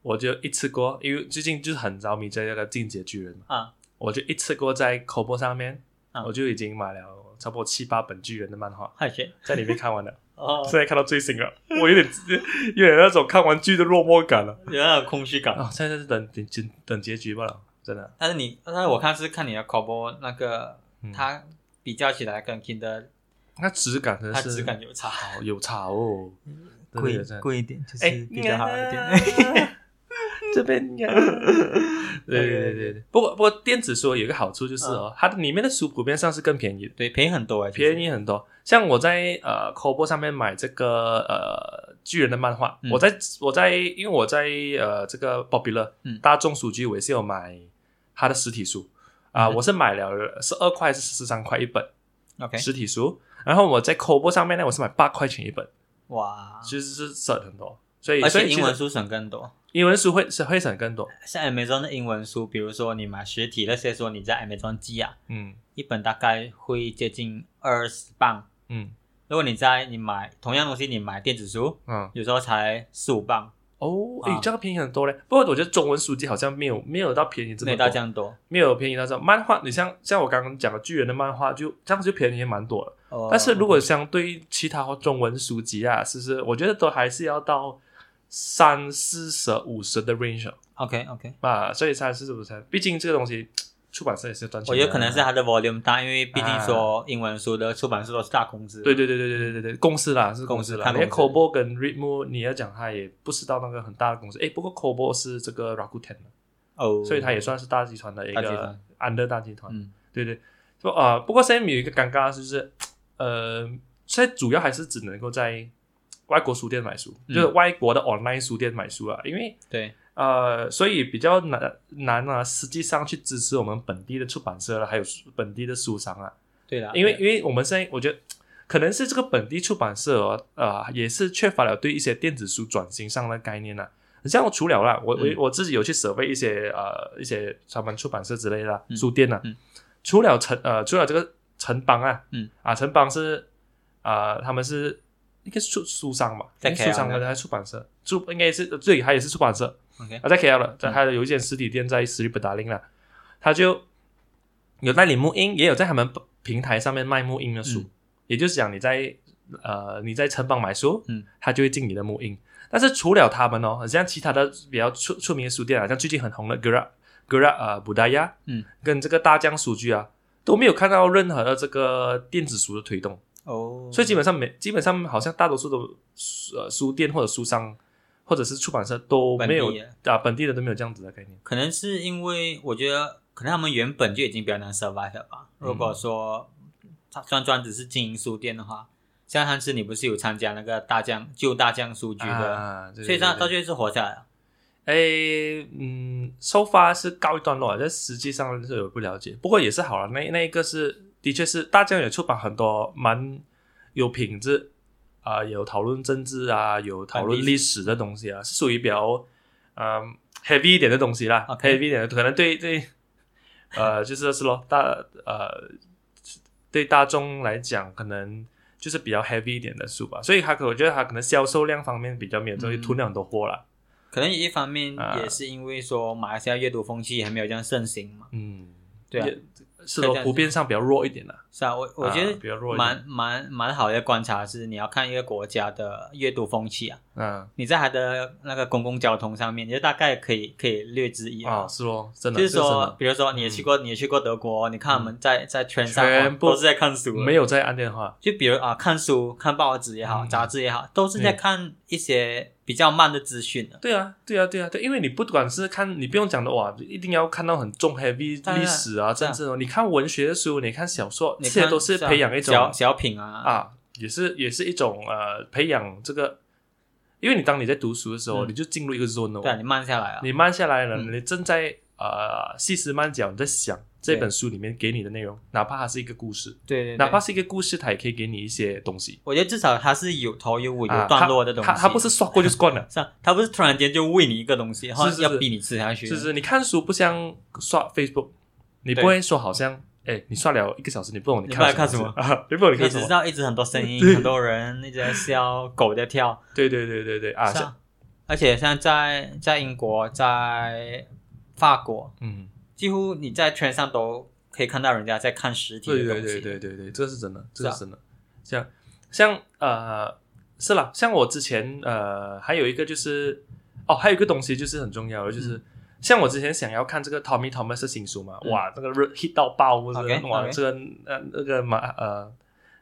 Speaker 2: 我就一次过，因为最近就是很着迷这个《进阶巨人》嘛，
Speaker 1: 啊，
Speaker 2: 我就一次过在 c o b o 上面，
Speaker 1: 啊
Speaker 2: 我就已经买了差不多七八本巨人的漫 画，
Speaker 1: 快学
Speaker 2: 在里面看完了，
Speaker 1: 哦，
Speaker 2: 现在看到最新了，我有点有点那种看完剧的落寞感了。
Speaker 1: 有那种空虚感。
Speaker 2: 啊，现在是等等等等结局罢了，真的。
Speaker 1: 但是你，但是我看是看你的 c o b o 那个
Speaker 2: 嗯，
Speaker 1: 它比较起来跟 Kindle
Speaker 2: 那质感真的
Speaker 1: 它
Speaker 2: 是
Speaker 1: 质感有差，嗯
Speaker 2: 好有差哦，真的有差
Speaker 1: 贵一点，就
Speaker 2: 哎，点。 这边呀，对对对对对。不过不过电子书有一个好处
Speaker 1: 嗯
Speaker 2: 就是哦，它里面的书普遍上是更便宜的，
Speaker 1: 对，便宜很多哎，其实
Speaker 2: 便宜很多。像我在呃 c o b o 上面买这个呃巨人的漫画，
Speaker 1: 嗯
Speaker 2: 我在我在因为我在呃这个 Popular
Speaker 1: 嗯
Speaker 2: 大众书局，我也是有买它的实体书啊、
Speaker 1: 嗯
Speaker 2: 我是买了十二块还是十三块一本
Speaker 1: OK，
Speaker 2: 实体书，然后我在 c o b o 上面呢，我是买八块钱一本，
Speaker 1: 哇，
Speaker 2: 其实是省很多。所以
Speaker 1: 而
Speaker 2: 所
Speaker 1: 且
Speaker 2: 以其
Speaker 1: 啊英
Speaker 2: 实
Speaker 1: 文书省更多。
Speaker 2: 英文书会是会省更多，
Speaker 1: 像 Amazon 的英文书，比如说你买实体那些书，你在 Amazon 寄啊，
Speaker 2: 嗯
Speaker 1: 一本大概会接近二十磅。
Speaker 2: 嗯
Speaker 1: 如果你在你买同样东西，你买电子书，
Speaker 2: 嗯，
Speaker 1: 有时候才四五磅，
Speaker 2: 哦，诶
Speaker 1: 啊，
Speaker 2: 这样便宜很多嘞。不过我觉得中文书籍好像没有没有到便宜这
Speaker 1: 没
Speaker 2: 么
Speaker 1: 有
Speaker 2: 多
Speaker 1: 到这，样多。
Speaker 2: 没有便宜到这样。漫画，你像像我刚刚讲的巨人的漫画，就这样就便宜蛮多了。
Speaker 1: 哦
Speaker 2: 但是如果相对于其他中文书籍啊，其实我觉得都还是要到三四十、五十的 range 哦
Speaker 1: OK OK，
Speaker 2: 啊，所以三四十五十，毕竟这个东西出版社也是赚钱的啊。
Speaker 1: 我觉得可能是它的 volume 大，因为毕竟说英文书的出版社都是大公司。
Speaker 2: 对对对对对对对对，公司啦是公司
Speaker 1: 公司
Speaker 2: 啦。
Speaker 1: 看
Speaker 2: 你看
Speaker 1: 公
Speaker 2: Kobo 跟 Readmo，你要讲它也不是到那个很大的公司。诶，不过 Kobo 是这个 Rakuten 的，
Speaker 1: 哦，
Speaker 2: 所以它也算是大集团的一
Speaker 1: 大集
Speaker 2: 个
Speaker 1: 团
Speaker 2: under 大集团。
Speaker 1: 嗯
Speaker 2: 对对，说啊、呃不过 Sam 有一个尴尬就是，呃，现在主要还是只能够在外国书店买书，
Speaker 1: 嗯
Speaker 2: 就是外国的 online 书店买书啊，因为
Speaker 1: 对，
Speaker 2: 呃，所以比较难难啊，实际上去支持我们本地的出版社了，还有本地的书商啊。
Speaker 1: 对啦，
Speaker 2: 因为
Speaker 1: 对
Speaker 2: 因为我们现在我觉得可能是这个本地出版社哦，呃，也是缺乏了对一些电子书转型上的概念呐、啊。像我除了啦，我我、
Speaker 1: 嗯
Speaker 2: 我自己有去设备一些呃一些他们出版社之类的啊、
Speaker 1: 嗯
Speaker 2: 书店呐、
Speaker 1: 嗯
Speaker 2: 除了城呃除了这个城邦啊，
Speaker 1: 嗯
Speaker 2: 啊城邦是啊、他们是应该是书书商吧，
Speaker 1: 在
Speaker 2: 应该是
Speaker 1: KL
Speaker 2: 书商
Speaker 1: 那
Speaker 2: 还是出版社出应该是对，它也是出版社，
Speaker 1: OK
Speaker 2: 啊，在 KL 了，
Speaker 1: 嗯
Speaker 2: 在它的有一间实体店在斯里布达林啦，他就有代理木音，也有在他们平台上面卖木音的书，
Speaker 1: 嗯
Speaker 2: 也就是讲你在呃你在城邦买书，
Speaker 1: 嗯，
Speaker 2: 他就会进你的木音。但是除了他们哦，好像其他的比较出出名的书店啊，像最近很红的 Gra Gra 呃布达亚，
Speaker 1: 嗯，
Speaker 2: 跟这个大江书局啊，都没有看到任何的这个电子书的推动，
Speaker 1: 哦，
Speaker 2: 所以基本上没基本上好像大多数的书呃书店或者书商或者是出版社都没有
Speaker 1: 本地
Speaker 2: 啊本地人都没有这样子的概念。
Speaker 1: 可能是因为我觉得，可能他们原本就已经比较难 survive 了吧。
Speaker 2: 嗯
Speaker 1: 如果说他专专只是经营书店的话，像上次你不是有参加那个大将旧大将书局的，
Speaker 2: 啊，对
Speaker 1: 所以
Speaker 2: 对
Speaker 1: 他
Speaker 2: 对
Speaker 1: 他就是活下来了。
Speaker 2: 诶，嗯，收发是告一段落，但实际上是有不了解，不过也是好了。那那一个是，的确是大家有出版很多蛮有品质啊、有讨论政治啊，有讨论
Speaker 1: 啊
Speaker 2: 历
Speaker 1: 历
Speaker 2: 史的东西啊，是属于比较嗯、heavy 一点的东西啦
Speaker 1: OK
Speaker 2: heavy 一点的，可能对对 呃，就是是咯，大呃对大众来讲，可能就是比较 heavy 一点的书吧，所以它可我觉得它可能销售量方面比较没有，就会
Speaker 1: 嗯
Speaker 2: 吞了很多货啦。
Speaker 1: 可能一方面
Speaker 2: 啊
Speaker 1: 也是因为说马来西亚阅读风气还没有这样盛行嘛，
Speaker 2: 嗯，
Speaker 1: 对啊
Speaker 2: 也，是
Speaker 1: 可以
Speaker 2: 咯
Speaker 1: 这，样
Speaker 2: 普遍上比较弱一点的、
Speaker 1: 是啊，我我
Speaker 2: 啊
Speaker 1: 觉
Speaker 2: 比较弱
Speaker 1: 得
Speaker 2: 一
Speaker 1: 蛮
Speaker 2: 点
Speaker 1: 蛮蛮好的观察是，你要看一个国家的阅读风气啊，
Speaker 2: 嗯，
Speaker 1: 你在它的那个公共交通上面，你就大概可以可以略知一二
Speaker 2: 啊，。是咯，真的，
Speaker 1: 就是
Speaker 2: 这
Speaker 1: 说，比如说你也去过，你也去过德国，你看我们在在圈上哦
Speaker 2: 全部
Speaker 1: 都是在看
Speaker 2: 真
Speaker 1: 书
Speaker 2: 的
Speaker 1: 的，
Speaker 2: 没有在按电话，
Speaker 1: 就比如啊，看书、看报纸也好，
Speaker 2: 嗯
Speaker 1: 杂志也好，都是在看一些比较慢的资讯的。
Speaker 2: 对啊，对啊，对啊，对，因为你不管是看，你不用讲的哇，一定要看到很重 heavy
Speaker 1: 当然
Speaker 2: 历史啊、政治哦，你看文学的书，你看小说，这
Speaker 1: 你
Speaker 2: 些
Speaker 1: 看
Speaker 2: 都是
Speaker 1: 啊
Speaker 2: 培养一
Speaker 1: 小
Speaker 2: 种
Speaker 1: 小品啊，
Speaker 2: 啊，也是也是一种呃培养这个，因为你当你在读书的时候，
Speaker 1: 嗯
Speaker 2: 你就进入一个 zone 哦，
Speaker 1: 对啊，你慢下来啊，
Speaker 2: 你慢下来了，
Speaker 1: 嗯
Speaker 2: 你正在呃细思慢讲，你在想这本书里面给你的内容，哪怕它是一个故事，
Speaker 1: 对对对，
Speaker 2: 哪怕是一个故事，它也可以给你一些东西。
Speaker 1: 我觉得至少它是有头有尾、
Speaker 2: 啊
Speaker 1: 有段落的东西。
Speaker 2: 它它它不是刷过就是过
Speaker 1: ，
Speaker 2: 了
Speaker 1: 是啊，它不是突然间就喂你一个东西，然后
Speaker 2: 是是
Speaker 1: 要逼你吃下去。
Speaker 2: 是不是？你看书不像刷 Facebook，你
Speaker 1: 对
Speaker 2: 不会说好像哎，你刷了一个小时，你不懂你
Speaker 1: 你
Speaker 2: 看
Speaker 1: 不知道
Speaker 2: 什么
Speaker 1: 看
Speaker 2: 字，啊 你不懂你
Speaker 1: 你
Speaker 2: 看
Speaker 1: 只
Speaker 2: 什
Speaker 1: 知
Speaker 2: 么？
Speaker 1: 道一直很多声音，
Speaker 2: 对
Speaker 1: 很多人一直在笑，狗在跳，
Speaker 2: 对对对对对啊！
Speaker 1: 是
Speaker 2: 像
Speaker 1: 啊，而且像在在英国、在法国，
Speaker 2: 嗯，
Speaker 1: 几乎你在圈上都可以看到人家在看实体的
Speaker 2: 对
Speaker 1: 东
Speaker 2: 对
Speaker 1: 西。
Speaker 2: 对对对对，这个是真的，这个
Speaker 1: 是啊
Speaker 2: 是真的。像像呃，是啦，像我之前呃，还有一个就是哦，还有一个东西就是很重要的，就是、像我之前想要看这个 Tommy Thomas 的新书嘛，
Speaker 1: 嗯
Speaker 2: 哇，这个热 hit 到爆，我真的
Speaker 1: OK，OK
Speaker 2: 哇这个呃那个马呃。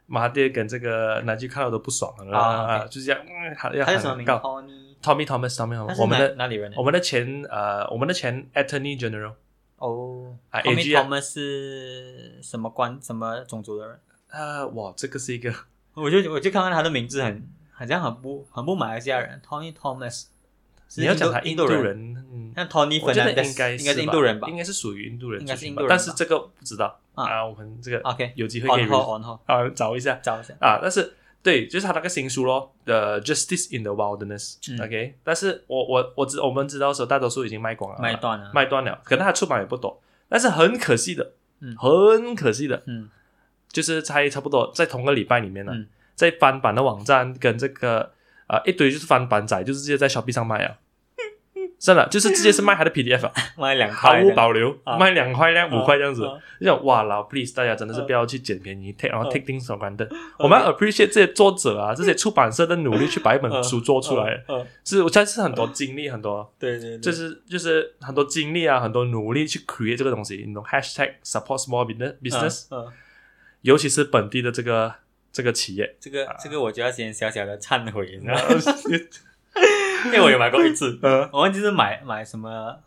Speaker 2: 马哈蒂跟这个南极看到都不爽了，
Speaker 1: 啊
Speaker 2: 啊，
Speaker 1: OK
Speaker 2: 就是这样，嗯，喊要
Speaker 1: 他
Speaker 2: 喊
Speaker 1: 是什么名字
Speaker 2: 告
Speaker 1: ？Tony，
Speaker 2: Tommy Thomas，Tommy
Speaker 1: 他
Speaker 2: Thomas，
Speaker 1: 是
Speaker 2: 我们
Speaker 1: 哪
Speaker 2: 的
Speaker 1: 哪里人呢
Speaker 2: 我？们的前呃，我们的前 Attorney General，
Speaker 1: 哦
Speaker 2: 啊
Speaker 1: ，Tommy
Speaker 2: AG 啊
Speaker 1: Thomas 是什么关什么种族的人？
Speaker 2: 呃，哇，这个是一个
Speaker 1: 我就我就看看他的名字很，好像很不很不马来西亚人，Tony Thomas。
Speaker 2: 你要讲他
Speaker 1: 印
Speaker 2: 印
Speaker 1: 度
Speaker 2: 度
Speaker 1: 人
Speaker 2: 人，嗯，
Speaker 1: 像 Tony
Speaker 2: 我觉得
Speaker 1: Fernandez
Speaker 2: 应该
Speaker 1: 应该
Speaker 2: 是
Speaker 1: 是印度人吧
Speaker 2: 应该是属于印度人
Speaker 1: 应
Speaker 2: 族群
Speaker 1: 该是印度
Speaker 2: 吧，
Speaker 1: 人吧
Speaker 2: 但是这个不知道
Speaker 1: 啊
Speaker 2: 啊，我们这个
Speaker 1: ？OK，
Speaker 2: 有机会可以
Speaker 1: on hold on hold，
Speaker 2: 啊找一下
Speaker 1: 找一下。
Speaker 2: 啊，但是。对，就是他那个新书咯，呃，《Justice in the Wilderness、
Speaker 1: 嗯
Speaker 2: OK，但是我我我知我们知道的时候，大多数已经卖光了，
Speaker 1: 卖断了。
Speaker 2: 卖断了，可能他出版也不多，但是很可惜的，
Speaker 1: 嗯
Speaker 2: 很可惜的，
Speaker 1: 嗯
Speaker 2: 就是在差不多在同个礼拜里面呢，啊
Speaker 1: 嗯
Speaker 2: 在翻版的网站跟这个啊、一堆就是翻版仔，就是直接在 Shopee 上卖啊， 真的就是直接是卖他的 PDF 啊，
Speaker 1: 卖两
Speaker 2: 毫
Speaker 1: 块
Speaker 2: 无
Speaker 1: 的，
Speaker 2: 保留，
Speaker 1: 啊
Speaker 2: 卖两块、两
Speaker 1: 啊
Speaker 2: 五块这样子
Speaker 1: 啊，
Speaker 2: 就想哇老 please 大家真的是
Speaker 1: 啊
Speaker 2: 不要去捡便宜，take 然后
Speaker 1: 啊
Speaker 2: take things for granted。我们要 appreciate 这些作者啊，这些出版社的努力去把一本
Speaker 1: 啊
Speaker 2: 书做出来，
Speaker 1: 嗯，嗯
Speaker 2: 是我相信是很多经历，很多
Speaker 1: 对对，对嗯
Speaker 2: 就是就是很多经历啊，很多努力去 create 这个东西，你懂 hashtag support small business business，
Speaker 1: 嗯嗯
Speaker 2: 尤其是本地的这个这个 企业。
Speaker 1: 这个这个我就要先小小的忏悔一下，
Speaker 2: 然后
Speaker 1: 因为我有买过一次，
Speaker 2: 呃
Speaker 1: 我忘记是买买什么，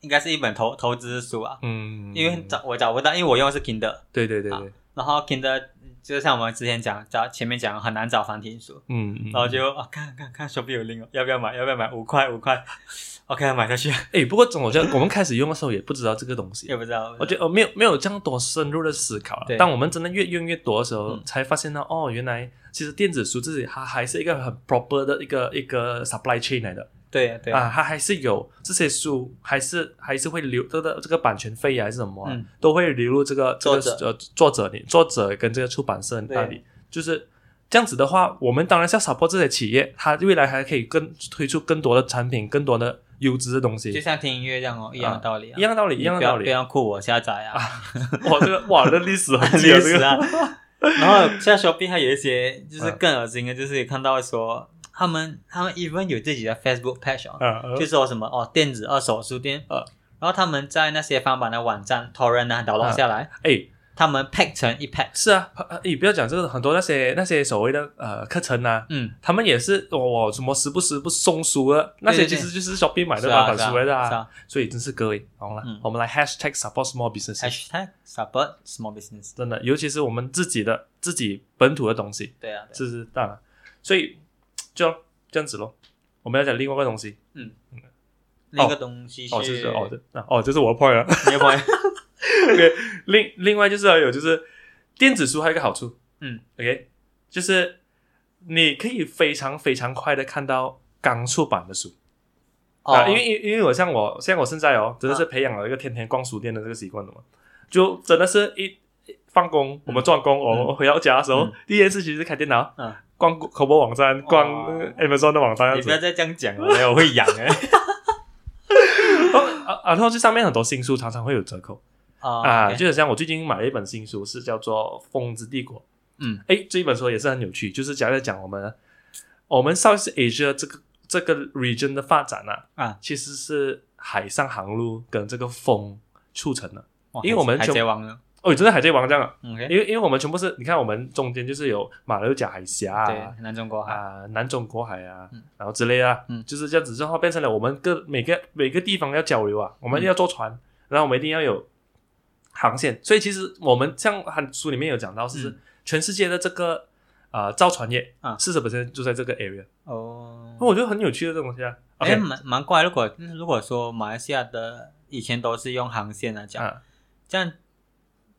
Speaker 1: 应该是一本投投资书啊，
Speaker 2: 嗯，
Speaker 1: 因为找我找不到，因为我用的是 Kindle，
Speaker 2: 对对对
Speaker 1: 啊
Speaker 2: 对，
Speaker 1: 然后 Kindle 就像我们之前讲找前面讲很难找繁体书，
Speaker 2: 嗯，嗯
Speaker 1: 然后就啊看看看手臂有零哦，要不要买？要不要买？五块五块，OK 买下去，
Speaker 2: 哎，不过总我觉得我们开始用的时候也不知道这个东西
Speaker 1: 也，不知道，
Speaker 2: 我觉得呃没有没有这样多深入的思考了
Speaker 1: 对。
Speaker 2: 当我们真的越用越多的时候，
Speaker 1: 嗯
Speaker 2: 才发现到哦，原来其实电子书自己它还是一个很 proper 的一个一个 supply chain 来的
Speaker 1: 对啊对啊，
Speaker 2: 啊，它还是有这些书还是还是会流这个这个版权费啊还是什么啊、
Speaker 1: 嗯
Speaker 2: 都会流入这个这个
Speaker 1: 作者
Speaker 2: 呃作者里作者跟这个出版社那里，就是。这样子的话，我们当然是要 support 这些企业，它未来还可以更推出更多的产品，更多的优质的东西
Speaker 1: 就，像听音乐这样哦，一样的道理啊，
Speaker 2: 一样的道理，一
Speaker 1: 你
Speaker 2: 样的
Speaker 1: 不要
Speaker 2: 道理
Speaker 1: 不。要酷我下载啊，
Speaker 2: 哇，这个哇，这历史 很久
Speaker 1: 历史啊。 然后现在 Shopee 还有一些就是更恶心的，就是看到说他们他们 even 有自己的 Facebook page 哦，
Speaker 2: 啊，
Speaker 1: 就说什么哦电子二手书店，
Speaker 2: 呃
Speaker 1: 然后他们在那些翻版的网站 torrent 啊导落下来，
Speaker 2: 哎，
Speaker 1: 他们 pack 成一 pack，
Speaker 2: 是啊，呃哎，不要讲这个，很多那些那些所谓的呃课程啊，
Speaker 1: 嗯，
Speaker 2: 他们也是我我什么时不时不送书了，那些
Speaker 1: 对
Speaker 2: 其
Speaker 1: 对
Speaker 2: 实就是 shopping 买
Speaker 1: 是
Speaker 2: 的嘛，
Speaker 1: 啊
Speaker 2: 版
Speaker 1: 是啊
Speaker 2: 书来的
Speaker 1: 是
Speaker 2: 啊，
Speaker 1: 啊
Speaker 2: 所以真是各位，好了
Speaker 1: 嗯，
Speaker 2: 我们来 hashtag support small business，
Speaker 1: ，hashtag support small business，
Speaker 2: 真的，尤其是我们自己的自己本土的东西，
Speaker 1: 对啊，对啊
Speaker 2: 这是当然，所以就这样子咯。我们要讲另外一个东西，
Speaker 1: 那个东西
Speaker 2: 哦，这是
Speaker 1: 是
Speaker 2: 哦，这那哦，这是我的 point 了。
Speaker 1: 你有朋 友
Speaker 2: 另另外就是还有就是电子书还有一个好处，
Speaker 1: 嗯
Speaker 2: ，OK，就是你可以非常非常快的看到刚出版的书、
Speaker 1: 哦
Speaker 2: 啊，因为因为因为我像我像我现在哦，真的是
Speaker 1: 啊
Speaker 2: 培养了一个天天逛书店的这个习惯的嘛，就真的是一一放工，我们做完工，我回到家的时候，
Speaker 1: 嗯
Speaker 2: 第一件事情是开电脑，
Speaker 1: 嗯
Speaker 2: 逛口播网站，逛
Speaker 1: 哦
Speaker 2: 呃 Amazon 的网站这
Speaker 1: 你
Speaker 2: 样
Speaker 1: 不要
Speaker 2: 子，
Speaker 1: 再这样讲了，我会痒哎，
Speaker 2: 哦啊，啊欸 然后这上面很多新书常常会有折扣。啊，
Speaker 1: 哦 OK
Speaker 2: 就很像我最近买了一本新书，是叫做《风之帝国》。
Speaker 1: 嗯，
Speaker 2: 哎，这一本书也是很有趣，就是讲在讲我们我们 South Asia 这个这个 region 的发展啊，
Speaker 1: 啊，
Speaker 2: 其实是海上航路跟这个风促成的。
Speaker 1: 哇
Speaker 2: 因为我们
Speaker 1: 海
Speaker 2: 全
Speaker 1: 贼王呢
Speaker 2: 哦，真的海贼王这样啊，
Speaker 1: ，OK，
Speaker 2: 因为因为我们全部是，你看我们中间就是有马六甲海峡啊，
Speaker 1: 对，南中国海，
Speaker 2: 啊、南中国海啊，
Speaker 1: 嗯
Speaker 2: 然后之类啊，
Speaker 1: 嗯
Speaker 2: 就是这样子，之后变成了我们各每个每个地方要交流啊，
Speaker 1: 嗯
Speaker 2: 我们一定要坐船，然后我们一定要有航线，所以其实我们像他书里面有讲到，是、
Speaker 1: 嗯
Speaker 2: 全世界的这个呃造船业
Speaker 1: 啊
Speaker 2: 四十就在这个 area，
Speaker 1: 哦
Speaker 2: 那、，我觉得很有趣的这种东西啊。
Speaker 1: 哎，
Speaker 2: OK，、
Speaker 1: 蛮蛮怪。如果如果说马来西亚的以前都是用航线来讲，
Speaker 2: 啊，
Speaker 1: 这样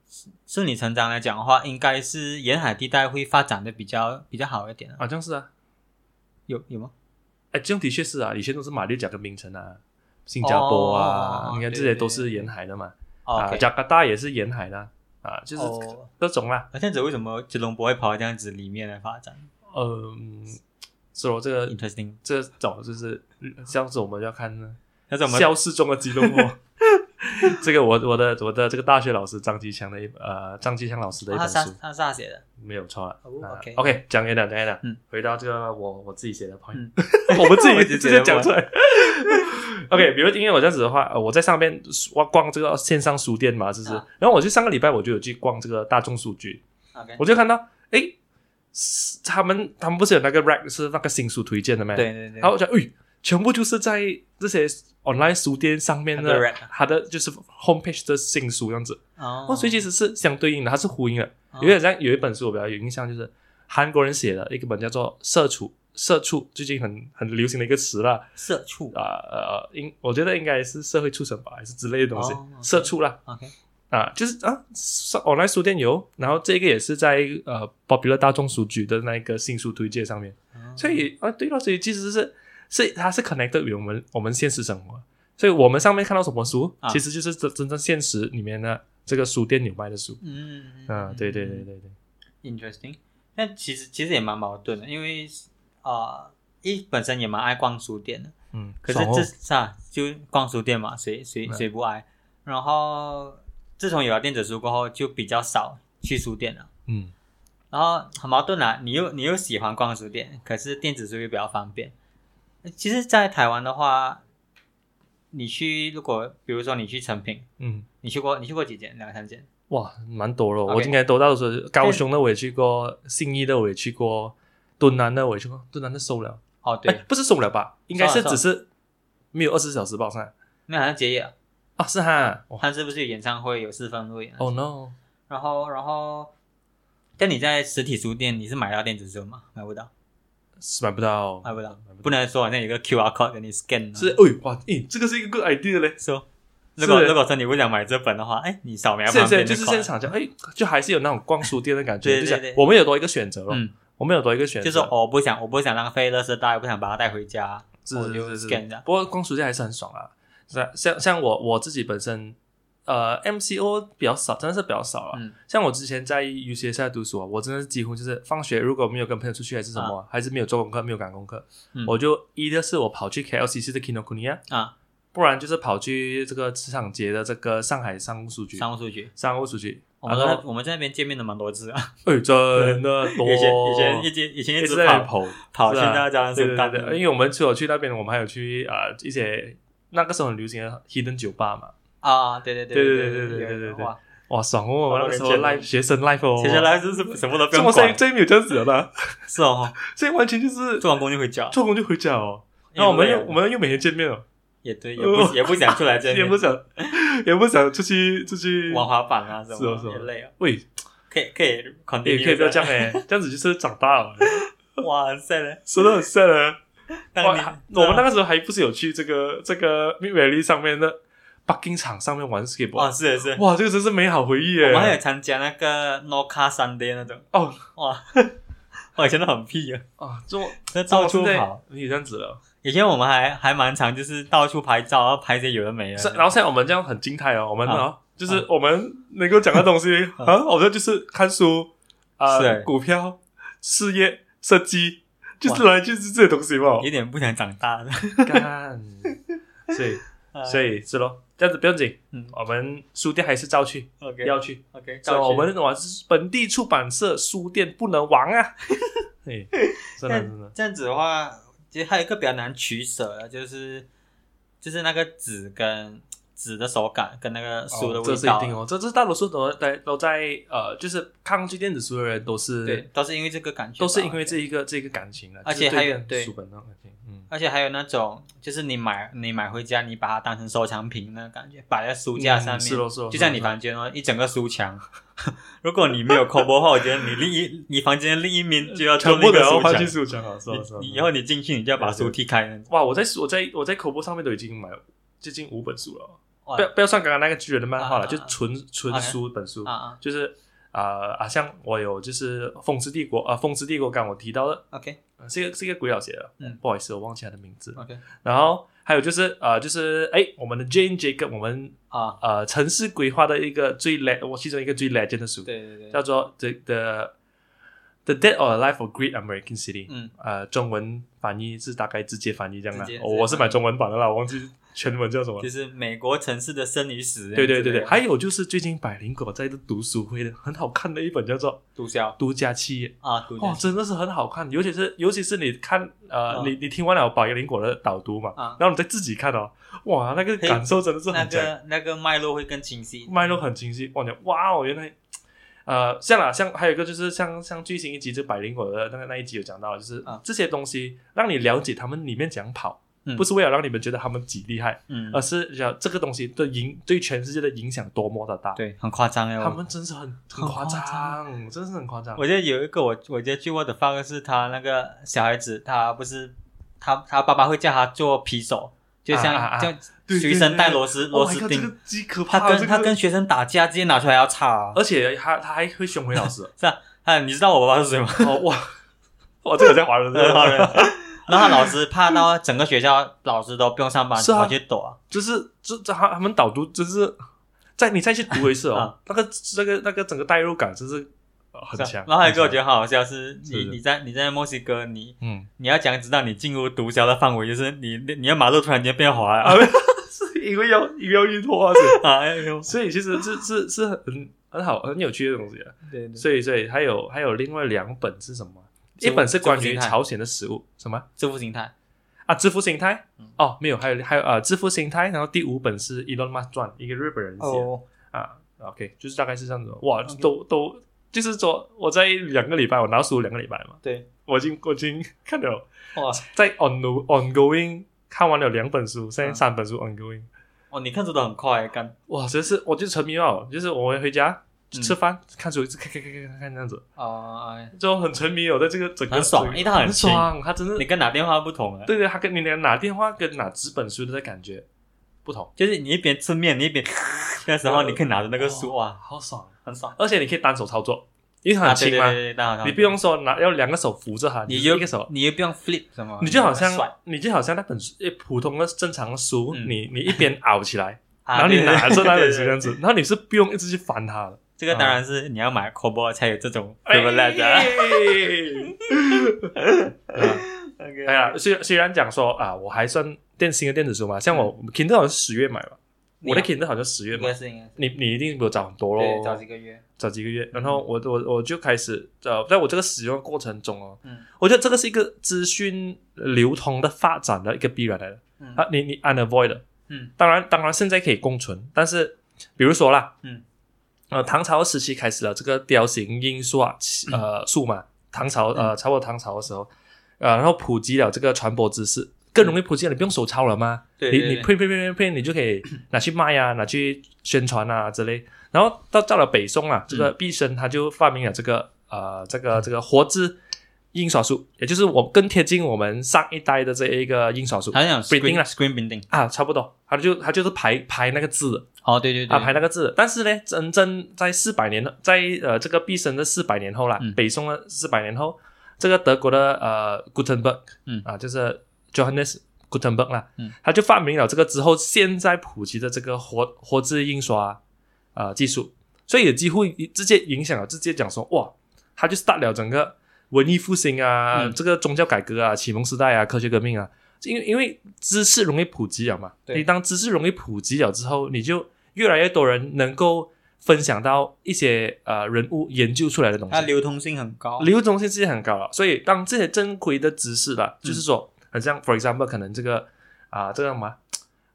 Speaker 1: 顺顺理成章来讲的话，应该是沿海地带会发展的比较比较好一点啊。
Speaker 2: 好像是啊，
Speaker 1: 有有吗？
Speaker 2: 哎，这样的确是啊，以前都是马六甲跟槟城啊。新加坡啊，
Speaker 1: 哦
Speaker 2: 你看
Speaker 1: 对
Speaker 2: 这些
Speaker 1: 对
Speaker 2: 都是
Speaker 1: 对
Speaker 2: 沿海的嘛，
Speaker 1: 哦
Speaker 2: 啊，
Speaker 1: ，OK，
Speaker 2: 加拿大也是沿海的啊啊，就是
Speaker 1: 哦
Speaker 2: 各种啦，啊
Speaker 1: 那这样子为什么吉隆坡会跑到这样子里面来发展？
Speaker 2: 呃嗯，所以这个
Speaker 1: interesting。
Speaker 2: 这种就是这样子，我们要看呢
Speaker 1: 但是我们哦
Speaker 2: 消失中的吉隆坡。 这个我我的我的这个大学老师张吉强的一呃张吉强老师的一
Speaker 1: 啊他
Speaker 2: 本
Speaker 1: 是他
Speaker 2: 书，
Speaker 1: 他是他写的，
Speaker 2: 没有错了。
Speaker 1: 哦
Speaker 2: 啊
Speaker 1: OK
Speaker 2: OK，讲给讲给讲，
Speaker 1: 嗯
Speaker 2: 回到这个我我自己写的朋友，
Speaker 1: 嗯
Speaker 2: 我们自
Speaker 1: 我
Speaker 2: 己
Speaker 1: 自己
Speaker 2: 直
Speaker 1: 写
Speaker 2: 接
Speaker 1: 的
Speaker 2: 讲
Speaker 1: 吗
Speaker 2: 出来。OK，比如 因为我这样子的话，呃我在上面逛逛这个线上书店嘛，就是，
Speaker 1: 啊
Speaker 2: 然后我就上个礼拜我就有去逛这个大众书局，
Speaker 1: ，OK，
Speaker 2: 我就看到诶，是他们他们不是有那个 rack 是那个新书推荐的吗？
Speaker 1: 对对对，
Speaker 2: 然后我想，哎，全部就是在这些 online 书店上面
Speaker 1: 它的
Speaker 2: 的
Speaker 1: rack，
Speaker 2: 它的就是 homepage 的新书这样子。
Speaker 1: 哦
Speaker 2: 哦，所以其实是相对应的，它是呼应的。
Speaker 1: 哦
Speaker 2: 有点像有一本书我比较有印象，就是韩国人写的一个本叫做《社畜》，社畜最近很很流行的一个词啦。
Speaker 1: 社畜
Speaker 2: 啊呃，应我觉得应该是社会畜生吧，还是之类的东西，
Speaker 1: 哦，OK
Speaker 2: 社畜啦
Speaker 1: ，OK，
Speaker 2: 啊，就是啊是，online 书店有，然后这个也是在呃 popular 大众书局的那个新书推荐上面，
Speaker 1: 哦
Speaker 2: 所以啊，对了，所以其实是是它是 connected 与我们我们现实生活，所以我们上面看到什么书，
Speaker 1: 啊
Speaker 2: 其实就是真真正现实里面的这个书店有卖的书。
Speaker 1: 嗯，嗯
Speaker 2: 嗯，对对对对对，
Speaker 1: ，interesting。那其实其实也蛮矛盾的，因为啊，一本身也蛮爱逛书店的，
Speaker 2: 嗯，
Speaker 1: 可是
Speaker 2: 爽哦
Speaker 1: 这啥就逛书店嘛，谁谁
Speaker 2: 对
Speaker 1: 谁不爱？然后自从有了电子书过后，就比较少去书店了。
Speaker 2: 嗯
Speaker 1: 然后很矛盾啊，你又你又喜欢逛书店，可是电子书又比较方便。呃其实，在台湾的话，你去如果比如说你去成品，
Speaker 2: 嗯，
Speaker 1: 你去过你去过几间？两三间？
Speaker 2: 哇，蛮多了，我
Speaker 1: OK
Speaker 2: 应该都到处去，高雄的我也去过，信义的我也去过，敦南的我也去过，敦南的收了，
Speaker 1: 哦，
Speaker 2: 哎
Speaker 1: 对，
Speaker 2: 不是收了吧？应该是
Speaker 1: 收
Speaker 2: 只
Speaker 1: 了
Speaker 2: 是没有二十小时吧？算
Speaker 1: 那好像结业了，
Speaker 2: 啊，是哈，哇
Speaker 1: 他是不是有演唱会有四分路演？
Speaker 2: ，Oh no，
Speaker 1: 然后然后，但你在实体书店你是买到电子书吗？买不到，
Speaker 2: 是买不到，
Speaker 1: 买不到
Speaker 2: 哦买，
Speaker 1: 不能说好像有一个 QR code 给你 scan
Speaker 2: 是
Speaker 1: 啊
Speaker 2: 哎哇，哎，这个是一个 good idea 嘞。
Speaker 1: 说。如果
Speaker 2: 是
Speaker 1: 如果说你不想买这本的话，哎，你扫描
Speaker 2: 现
Speaker 1: 旁
Speaker 2: 在
Speaker 1: 边
Speaker 2: 就是
Speaker 1: 款
Speaker 2: 现场讲，哎，就还是有那种逛书店的感觉，
Speaker 1: 对对
Speaker 2: 就想
Speaker 1: 对
Speaker 2: 我们有多一个选择咯，
Speaker 1: 嗯，
Speaker 2: 我们有多一个选择，
Speaker 1: 就是我不想，我不想浪费垃圾袋，我不想把它带回家，
Speaker 2: 是
Speaker 1: 我
Speaker 2: 是
Speaker 1: 就是
Speaker 2: 是
Speaker 1: scan 这样
Speaker 2: 不过光暑假还是很爽啊，是啊像像我我自己本身，呃，MCO 比较少，真的是比较少了。
Speaker 1: 嗯
Speaker 2: 像我之前在 UCSI 读书啊，我真的是几乎就是放学如果没有跟朋友出去还是什么，还是没有做功课，没有赶功课，
Speaker 1: 啊嗯
Speaker 2: 我就一的是我跑去 KLCC 的 Kinokuniya，
Speaker 1: 啊，
Speaker 2: 不然就是跑去这个市场节的这个上海商务书局。
Speaker 1: 商务数据。
Speaker 2: 商务书局，
Speaker 1: 我们
Speaker 2: 然
Speaker 1: 在
Speaker 2: 后
Speaker 1: 我们在那边见面的蛮多次啊，
Speaker 2: 哎，真的 多，
Speaker 1: 以前以前以前以前
Speaker 2: 一直
Speaker 1: 直
Speaker 2: 在那里
Speaker 1: 跑
Speaker 2: 跑
Speaker 1: 跑去
Speaker 2: 是啊
Speaker 1: 那家
Speaker 2: 对对
Speaker 1: 圣
Speaker 2: 对
Speaker 1: 诞，
Speaker 2: 对，因为我们除了去那边，我们还有去啊、呃一些那个时候很流行的 hidden 酒吧嘛，
Speaker 1: 啊，对对
Speaker 2: 对对
Speaker 1: 对
Speaker 2: 对对
Speaker 1: 对
Speaker 2: 对对对
Speaker 1: 哇，
Speaker 2: 哇，爽哦！我那个时候
Speaker 1: 人间
Speaker 2: life 学生 life 哦，
Speaker 1: 接下来就是什么都不
Speaker 2: 这
Speaker 1: 用
Speaker 2: 么现在
Speaker 1: 管，
Speaker 2: 这没有这样子了 啦，
Speaker 1: 是哦，
Speaker 2: 现在完全就是
Speaker 1: 做完工就回家。
Speaker 2: 做工就回家哦。然后我们
Speaker 1: 也
Speaker 2: 又我们又每天见面哦，
Speaker 1: 也对，也不也不想出来见
Speaker 2: 也
Speaker 1: 面，
Speaker 2: 不想 也不想出去出去
Speaker 1: 玩滑板啊什么，
Speaker 2: 是哦是哦
Speaker 1: 也累啊。
Speaker 2: 喂，
Speaker 1: 可以可以 c
Speaker 2: 也
Speaker 1: o
Speaker 2: 可以不要这
Speaker 1: 讲，
Speaker 2: 样哎，这样子就是长大了，
Speaker 1: 哇塞嘞！
Speaker 2: 说的很 sad 啊。
Speaker 1: 当你
Speaker 2: 哇，我们那个时候还不是有去这个这个 Mid Valley 上面的 bucking 场上面玩 skateboard，
Speaker 1: 哦是的是的，
Speaker 2: 哇，这个真是美好回忆耶。
Speaker 1: 我们还有参加那个 No Car Sunday 那种，
Speaker 2: 哦
Speaker 1: 哇， 我以前都很屁啊，
Speaker 2: 啊，这么
Speaker 1: 那到
Speaker 2: 这
Speaker 1: 处
Speaker 2: 么现在
Speaker 1: 跑。
Speaker 2: 你这样子了。
Speaker 1: 以前我们还还蛮常，就是到处拍照，然后拍一些有的没
Speaker 2: 是
Speaker 1: 的。
Speaker 2: 然后现在我们这样很静态哦，我们
Speaker 1: 啊
Speaker 2: 啊，就是我们能够讲的东西
Speaker 1: 啊
Speaker 2: 啊，我们就是看书啊
Speaker 1: 是，
Speaker 2: 股票、事业、设计，就是来就是这些东西嘛
Speaker 1: 有。点不想长大 了，
Speaker 2: 干，所以 所
Speaker 1: 以
Speaker 2: 以是咯，这样子不用紧
Speaker 1: 嗯，
Speaker 2: 我们书店还是照去，
Speaker 1: OK
Speaker 2: 要去。
Speaker 1: OK，
Speaker 2: 所以我们哇，是本地出版社书店不能亡啊！ 对，真的真的，
Speaker 1: 这样子的话，其实还有一个比较难取舍的，就是就是那个纸跟纸的手感跟那个书的
Speaker 2: 哦这
Speaker 1: 味
Speaker 2: 是一
Speaker 1: 道，啊
Speaker 2: 定哦，这这大多数都在都在呃，就是抗拒电子书的人都是
Speaker 1: 对，都是因为这个感觉吧，
Speaker 2: 都是因为这一个这一个感情了，
Speaker 1: 而
Speaker 2: 就是
Speaker 1: 且还有
Speaker 2: 这个
Speaker 1: 对
Speaker 2: 书本上的感情，嗯，
Speaker 1: 而且还有那种，就是你买你买回家，你把它当成收藏品那个感觉，摆在书架上面，
Speaker 2: 嗯是咯是咯
Speaker 1: 就像你房间哦，一整个书墙。 如果你没有 c o 的话，我觉得你另一你房间另一面就要做
Speaker 2: 全
Speaker 1: 那
Speaker 2: 部
Speaker 1: 个
Speaker 2: 的呃要
Speaker 1: 书
Speaker 2: 花
Speaker 1: 墙
Speaker 2: 去。书墙了，是吧是吧
Speaker 1: 你以后你进去，你就要把书踢开那种。
Speaker 2: 哇，我在我在我在口播上面都已经买接近五本书了，
Speaker 1: 哇
Speaker 2: 不要不要算刚刚那个巨人的漫画
Speaker 1: 啊
Speaker 2: 了，
Speaker 1: 啊啊
Speaker 2: 就纯纯
Speaker 1: OK
Speaker 2: 书本书
Speaker 1: 啊，啊
Speaker 2: 就是啊啊，像我有就是《风之帝国》啊，《风之帝国》刚我提到的，
Speaker 1: ，OK
Speaker 2: 呃是一个是一个鬼佬写的，
Speaker 1: 嗯
Speaker 2: 不好意思，我忘记他的名字了。
Speaker 1: OK
Speaker 2: 然后还有就是呃，就是哎，我们的 Jane Jacob，我们
Speaker 1: 啊，
Speaker 2: 呃城市规划的一个最 le 我其中一个最 legend 的书，
Speaker 1: 对对对，
Speaker 2: 叫做 The The The Dead or Alive for Great American City，
Speaker 1: 嗯，
Speaker 2: 呃，中文翻译是大概直接翻译这样的
Speaker 1: 直接。
Speaker 2: 哦
Speaker 1: 直接
Speaker 2: 我是买
Speaker 1: 翻译
Speaker 2: 中文版的啦，我忘记全文叫 什么。
Speaker 1: 就是美国城市的生与死。
Speaker 2: 对对对对，还
Speaker 1: 有
Speaker 2: 有就是最近百灵果在的读书会的很好看的一本叫做
Speaker 1: 毒枭
Speaker 2: 《独家企业》，
Speaker 1: 啊，毒
Speaker 2: 哦，
Speaker 1: 枭
Speaker 2: 真的是很好看，尤其是尤其是你看呃，
Speaker 1: 嗯
Speaker 2: 你你听完了百灵果的导读嘛，
Speaker 1: 啊，
Speaker 2: 然后你再自己看哦，哇，那个
Speaker 1: 嘿
Speaker 2: 感受真的是
Speaker 1: 那
Speaker 2: 很强。
Speaker 1: 个那个脉络会更清晰。
Speaker 2: 脉络很清晰。哇，你哇哦，原来，呃，像啦，像还有一个就是像像最新一集就百灵果的那个那一集有讲到，就是、
Speaker 1: 啊
Speaker 2: 这些东西让你了解他们里面怎样跑，
Speaker 1: 嗯
Speaker 2: 不是为了让你们觉得他们几厉害，
Speaker 1: 嗯
Speaker 2: 而，是要这个东西对影对全世界的影响多么的大。
Speaker 1: 对，很夸张哎，
Speaker 2: 他
Speaker 1: 我
Speaker 2: 们真是很很
Speaker 1: 很
Speaker 2: 夸
Speaker 1: 夸
Speaker 2: 张，真是很夸张。
Speaker 1: 我记得有一个我我觉得最 what the fuck 是他那个小孩子，他不是他他爸爸会叫他做皮手，就像
Speaker 2: 啊啊啊
Speaker 1: 就
Speaker 2: 对
Speaker 1: 学生带
Speaker 2: 对对
Speaker 1: 螺丝螺
Speaker 2: Oh my
Speaker 1: 丝
Speaker 2: god，这
Speaker 1: 钉
Speaker 2: 个，极可怕
Speaker 1: 他
Speaker 2: 了，这
Speaker 1: 跟
Speaker 2: 个
Speaker 1: 他跟学生打架，直接拿出来要插，
Speaker 2: 而且他他还会凶回老师。
Speaker 1: 是 啊，啊，你知道我爸爸是谁吗？
Speaker 2: 哦哇 哇，这个在 华人，这个在华
Speaker 1: 华人
Speaker 2: 人。
Speaker 1: 然后他老师怕到整个学校老师都不用上班，
Speaker 2: 是啊
Speaker 1: 跑去躲，
Speaker 2: 就是这这他他们导读真是，再你再去读一次哦
Speaker 1: 啊，
Speaker 2: 那个那个那个整个代入感真是呃很
Speaker 1: 是啊
Speaker 2: 强。
Speaker 1: 然后还有一个我
Speaker 2: 很
Speaker 1: 觉
Speaker 2: 强
Speaker 1: 得很好笑是，
Speaker 2: 是
Speaker 1: 你你在你在墨西哥，你
Speaker 2: 嗯，
Speaker 1: 你要讲知道你进入毒枭的范围，就是你你你要马路突然间变滑
Speaker 2: 啊
Speaker 1: 啊
Speaker 2: 是因为要因为要运动啊，所以
Speaker 1: 啊！哎呦
Speaker 2: 所以其实这这是很很好很有趣的东西啊。
Speaker 1: 对对，
Speaker 2: 所以所以还有还有另外两本是什么？一
Speaker 1: 致富
Speaker 2: 本是关
Speaker 1: 致富
Speaker 2: 于
Speaker 1: 心态
Speaker 2: 朝鲜的食物，什么
Speaker 1: 致富心态，
Speaker 2: 啊？致富心态
Speaker 1: 嗯
Speaker 2: 哦，没有，还有还有啊，呃致富心态。然后第五本是 Elon Musk 传，一个日本人写的。
Speaker 1: 哦，
Speaker 2: 啊，OK，就是大概是这样子哦。哇，
Speaker 1: OK
Speaker 2: 都都就是说，我在两个礼拜，我拿书两个礼拜嘛，
Speaker 1: 对，
Speaker 2: 我已经我已经 看了，
Speaker 1: 哇，
Speaker 2: 在 on ongoing 看完了两本书，现在
Speaker 1: 嗯
Speaker 2: 三本书 ongoing。
Speaker 1: 哦，你看书都很快，干，
Speaker 2: 哇，真是我就沉迷了，哦就是我回家
Speaker 1: 嗯
Speaker 2: 吃饭、看书，一直看看看看看看这样子，
Speaker 1: 哦，哎
Speaker 2: 就很沉迷哦，在这个整个
Speaker 1: 很爽
Speaker 2: 整个
Speaker 1: 因为它很
Speaker 2: 很爽，他真的
Speaker 1: 你跟打电话不同啊，
Speaker 2: 对对，他跟你连拿电话跟拿纸本书的感觉不同，
Speaker 1: 就是你一边吃面，你一边 那时候你可以拿着那个书，哇，
Speaker 2: 好爽，啊
Speaker 1: 很爽。
Speaker 2: 而且你可以单手操作，因为它
Speaker 1: 啊，
Speaker 2: 很
Speaker 1: 对
Speaker 2: 轻
Speaker 1: 对
Speaker 2: 嘛，
Speaker 1: 对对，当然，
Speaker 2: 你不用说拿要两个手扶着它，
Speaker 1: 你
Speaker 2: 就
Speaker 1: 就是
Speaker 2: 一个手。
Speaker 1: 你又不用 flip 什么，
Speaker 2: 你就好像
Speaker 1: 甩，
Speaker 2: 你就好像那本书，诶普通的正常的书，
Speaker 1: 嗯
Speaker 2: 你你一边熬起来，
Speaker 1: 啊
Speaker 2: 然后你
Speaker 1: 对对
Speaker 2: 拿着那本
Speaker 1: 对对
Speaker 2: 书
Speaker 1: 对
Speaker 2: 这样子，然后你是不用一直去翻它的，
Speaker 1: 这个当然是你要买 c o b o 才有这种
Speaker 2: 对
Speaker 1: privilege 啊。
Speaker 2: 哎呀，虽虽然讲说啊，我还算电新的电子书嘛，像我 Kindle 好像十月买吧，我的 Kindle 好像十月
Speaker 1: 嗯应
Speaker 2: 买
Speaker 1: 该，是应该是
Speaker 2: 你哦你一定比我早很多
Speaker 1: 对，早
Speaker 2: 咯
Speaker 1: 几，个月，
Speaker 2: 早几个月，然
Speaker 1: 嗯
Speaker 2: 后我我我就开始呃，在我这个使用的过程中哦，
Speaker 1: 嗯
Speaker 2: 我觉得这个是一个资讯流通的发展的一个必然来的。
Speaker 1: 嗯
Speaker 2: 啊，你你 unavoid 的，
Speaker 1: 嗯，
Speaker 2: 当然当然现在可以共存，但是比如说啦，
Speaker 1: 嗯，
Speaker 2: 呃，唐朝时期开始了这个雕形印刷器呃
Speaker 1: 嗯
Speaker 2: 术嘛，唐朝呃差不多唐朝的时候，呃，然后普及了这个传播知识，更
Speaker 1: 嗯
Speaker 2: 容易普及了，你不用手抄了吗？
Speaker 1: 对
Speaker 2: 你
Speaker 1: 对
Speaker 2: 你
Speaker 1: 对
Speaker 2: print print print print print，你就可以拿去 卖啊，拿去宣传啊之类。然后到到了北宋
Speaker 1: 嗯
Speaker 2: 啊，这个毕升他就发明了这个呃这个这个活字印刷术，也就是我更贴近我们上一代的这一个印刷术。
Speaker 1: 好像
Speaker 2: Printing 啦
Speaker 1: screen screen printing，
Speaker 2: 啊，差不多，他就他就是排排那个字的
Speaker 1: 哦，对对对，
Speaker 2: 啊，排那个字的。但是呢，真正在四百年，在呃这个毕生的四百年后啦，
Speaker 1: 嗯
Speaker 2: 北宋的四百年后，这个德国的呃 Gutenberg，
Speaker 1: 嗯
Speaker 2: 啊，就是 Johannes Gutenberg 啦，
Speaker 1: 嗯，
Speaker 2: 他就发明了这个之后，现在普及的这个活活字印刷呃技术，所以也几乎直接影响了，直接讲说哇，他就 start 了整个文艺复兴啊，
Speaker 1: 嗯
Speaker 2: 这个宗教改革啊，启蒙时代啊，科学革命啊，因为因为知识容易普及了嘛，
Speaker 1: 对
Speaker 2: 你当知识容易普及了之后，你就越来越多人能够分享到一些呃人物研究出来的东
Speaker 1: 它
Speaker 2: 西，
Speaker 1: 流通性很高，
Speaker 2: 流动性是很高啊了，所以当这些正规的知识啦，
Speaker 1: 嗯
Speaker 2: 就是说，很像 for example 可能这个啊、这个什么。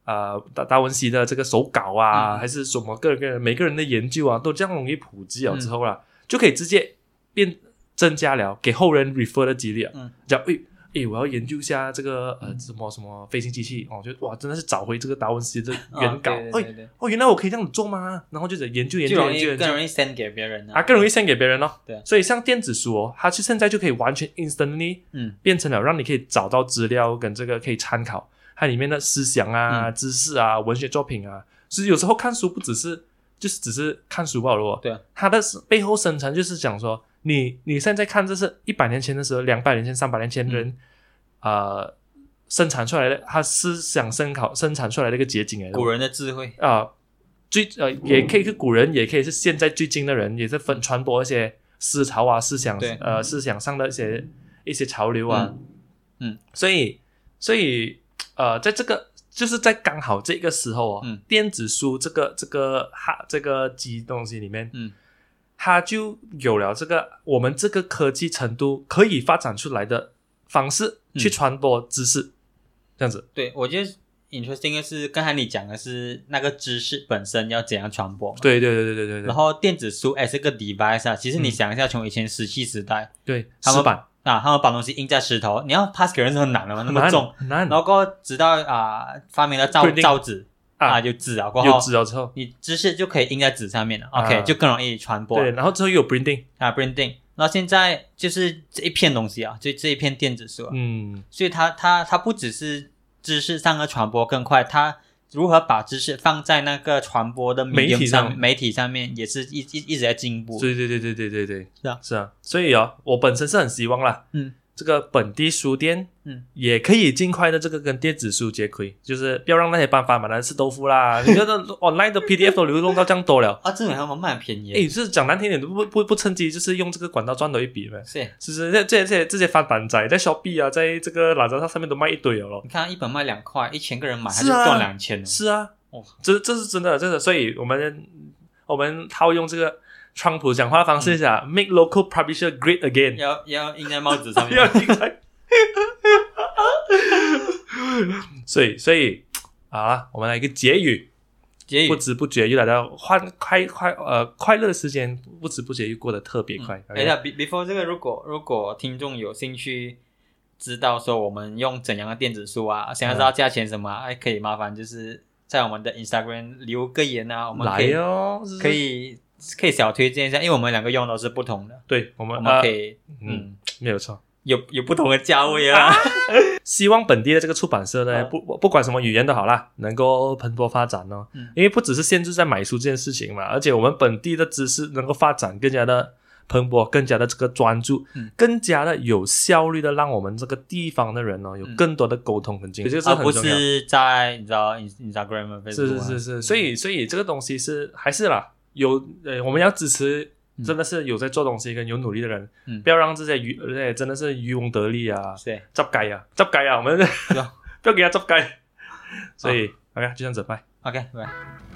Speaker 2: 啊、达达文西的这个手稿啊，
Speaker 1: 嗯
Speaker 2: 还是什么个人个人每个人的研究啊，都这样容易普及了之后
Speaker 1: 嗯
Speaker 2: 啦，就可以直接变增加了给后人 refer 的几率啊。
Speaker 1: 嗯
Speaker 2: 讲诶诶，我要研究一下这个呃什么什么飞行机器哦，就哇，真的是找回这个达文西的
Speaker 1: 啊
Speaker 2: 原稿。
Speaker 1: 对
Speaker 2: 哎、
Speaker 1: 对对对，
Speaker 2: 哦，原来我可以这样子做吗？然后就是研究研
Speaker 1: 就
Speaker 2: 究
Speaker 1: 容
Speaker 2: 研究
Speaker 1: 易
Speaker 2: 研究
Speaker 1: 更，容易 send 给别人
Speaker 2: 啊，更容易，献给别人咯。
Speaker 1: 对啊
Speaker 2: 所以像电子书哦，它就现在就可以完全 instantly
Speaker 1: 嗯
Speaker 2: 变成了让你可以找到资料跟这个可以参考，它里面的思想啊、
Speaker 1: 嗯
Speaker 2: 知识啊、文学作品啊，其实有时候看书不只是就是只是看书罢了哦。
Speaker 1: 对啊
Speaker 2: 它的背后深层就是讲说，你你现在看这是一百年前的时候，两百年前、三百年前人、
Speaker 1: 嗯
Speaker 2: 呃生产出来的，他思想生考生产出来的一个结晶来的。
Speaker 1: 古人的智慧，
Speaker 2: 啊、最呃也可以是古人，也可以是现在最近的人，也是分传播一些思潮啊、思想
Speaker 1: 对
Speaker 2: 呃思想上的一些一些潮流啊。
Speaker 1: 嗯嗯
Speaker 2: 所以所以呃，在这个就是在刚好这个时候哦，
Speaker 1: 嗯
Speaker 2: 电子书这个这个哈这个机东西里面，
Speaker 1: 嗯
Speaker 2: 它就有了这个我们这个科技程度可以发展出来的方式
Speaker 1: 嗯
Speaker 2: 去传播知识，这样子。
Speaker 1: 对，我觉得 interesting 的是刚才你讲的是那个知识本身要怎样传播嘛。
Speaker 2: 对对对对对对
Speaker 1: 然
Speaker 2: 对
Speaker 1: 后电子书哎，这个 device 啊，其实你
Speaker 2: 嗯
Speaker 1: 想一下，从以前石器时代
Speaker 2: 对，
Speaker 1: 他们
Speaker 2: 石板
Speaker 1: 啊，他们把东西印在石头，你要 pass 给人是很难的嘛，那么重。
Speaker 2: 很难，
Speaker 1: 然后过后直到啊、发明了造
Speaker 2: Printing
Speaker 1: 造纸啊，
Speaker 2: 啊
Speaker 1: 有纸啊，过
Speaker 2: 有
Speaker 1: 后
Speaker 2: 纸了之后，
Speaker 1: 你知识就可以印在纸上面了、
Speaker 2: 啊
Speaker 1: o k 就更容易传播
Speaker 2: 对，然后之后又有 printing，
Speaker 1: 啊，printing。然后现在就是这一片东西啊，就这一片电子书啊，
Speaker 2: 嗯，
Speaker 1: 所以它它它不只是知识上的传播更快，它如何把知识放在那个传播的
Speaker 2: 媒体
Speaker 1: medium
Speaker 2: 上
Speaker 1: 上媒体上面，也是一一一直在进步。
Speaker 2: 对对对对对对对，
Speaker 1: 是啊
Speaker 2: 是啊，所以啊，我本身是很希望啦，
Speaker 1: 嗯，
Speaker 2: 这个本地书店，
Speaker 1: 嗯，
Speaker 2: 也可以尽快的这个跟电子书接轨，就是不要让那些班笆满来吃豆腐啦，你看那 online 的 PDF 都流动到这样多了，
Speaker 1: 啊，这种他们卖很便宜，
Speaker 2: 诶，是讲难听点，不不不趁机就是用这个管道赚了一笔呗。
Speaker 1: 是耶
Speaker 2: 其实这这些这些翻版仔在 Shopee 啊，在这个 Lazada 上面都卖一堆了咯。
Speaker 1: 你看一本卖两块，一千个人买，他
Speaker 2: 是
Speaker 1: 就
Speaker 2: 啊
Speaker 1: 赚两千了。
Speaker 2: 是啊，
Speaker 1: 哦
Speaker 2: 这这是真的，真的。所以我们我们套用这个川普讲话的方
Speaker 1: 嗯
Speaker 2: 式讲、m a k e local publisher great again”，
Speaker 1: 要要印在帽子上面
Speaker 2: 啊 要。听在。所以，所以啊，我们来一个结语，
Speaker 1: 结
Speaker 2: 不
Speaker 1: 语，
Speaker 2: 知不觉又来到欢快快呃快乐的时间，不知不觉又过得特别快。
Speaker 1: 哎呀，be-，before 这个，如果如果听众有兴趣知道说我们用怎样的电子书啊，想要知
Speaker 2: 嗯
Speaker 1: 道价钱什么啊，哎、可以麻烦就是在我们的 Instagram 留个言啊，我们可
Speaker 2: 来
Speaker 1: 以、
Speaker 2: 哦，是不是
Speaker 1: 可以可以小推荐一下，因为我们两个用都是不同的，
Speaker 2: 对我们
Speaker 1: 我们可
Speaker 2: 呃
Speaker 1: 以、
Speaker 2: 嗯，
Speaker 1: 嗯
Speaker 2: 没有错。
Speaker 1: 有有不同的价位啊。
Speaker 2: 希望本地的这个出版社呢，
Speaker 1: 嗯
Speaker 2: 不不不管什么语言都好啦，能够蓬勃发展哦。
Speaker 1: 嗯
Speaker 2: 因为不只是限制在买书这件事情嘛，而且我们本地的知识能够发展更加的蓬勃，更加的这个专注，
Speaker 1: 嗯
Speaker 2: 更加的有效率的让我们这个地方的人哦有
Speaker 1: 嗯
Speaker 2: 更多的沟通跟经历，这个是
Speaker 1: 而
Speaker 2: 很
Speaker 1: 不
Speaker 2: 重要。
Speaker 1: 是啊在你知道 Ins- Instagram 和 Facebook 啊、
Speaker 2: 是是是是，所以所以这个东西是还是啦，有呃，我们要支持
Speaker 1: 嗯
Speaker 2: 真的是有在做东西跟有努力的人，
Speaker 1: 嗯
Speaker 2: 不要让这些渔呃真的是渔翁得利啊，
Speaker 1: 对，
Speaker 2: 执鸡啊，执鸡啊，我们
Speaker 1: 啊
Speaker 2: 不要给他执鸡。所以、OK，就这样子，拜。
Speaker 1: OK，拜拜。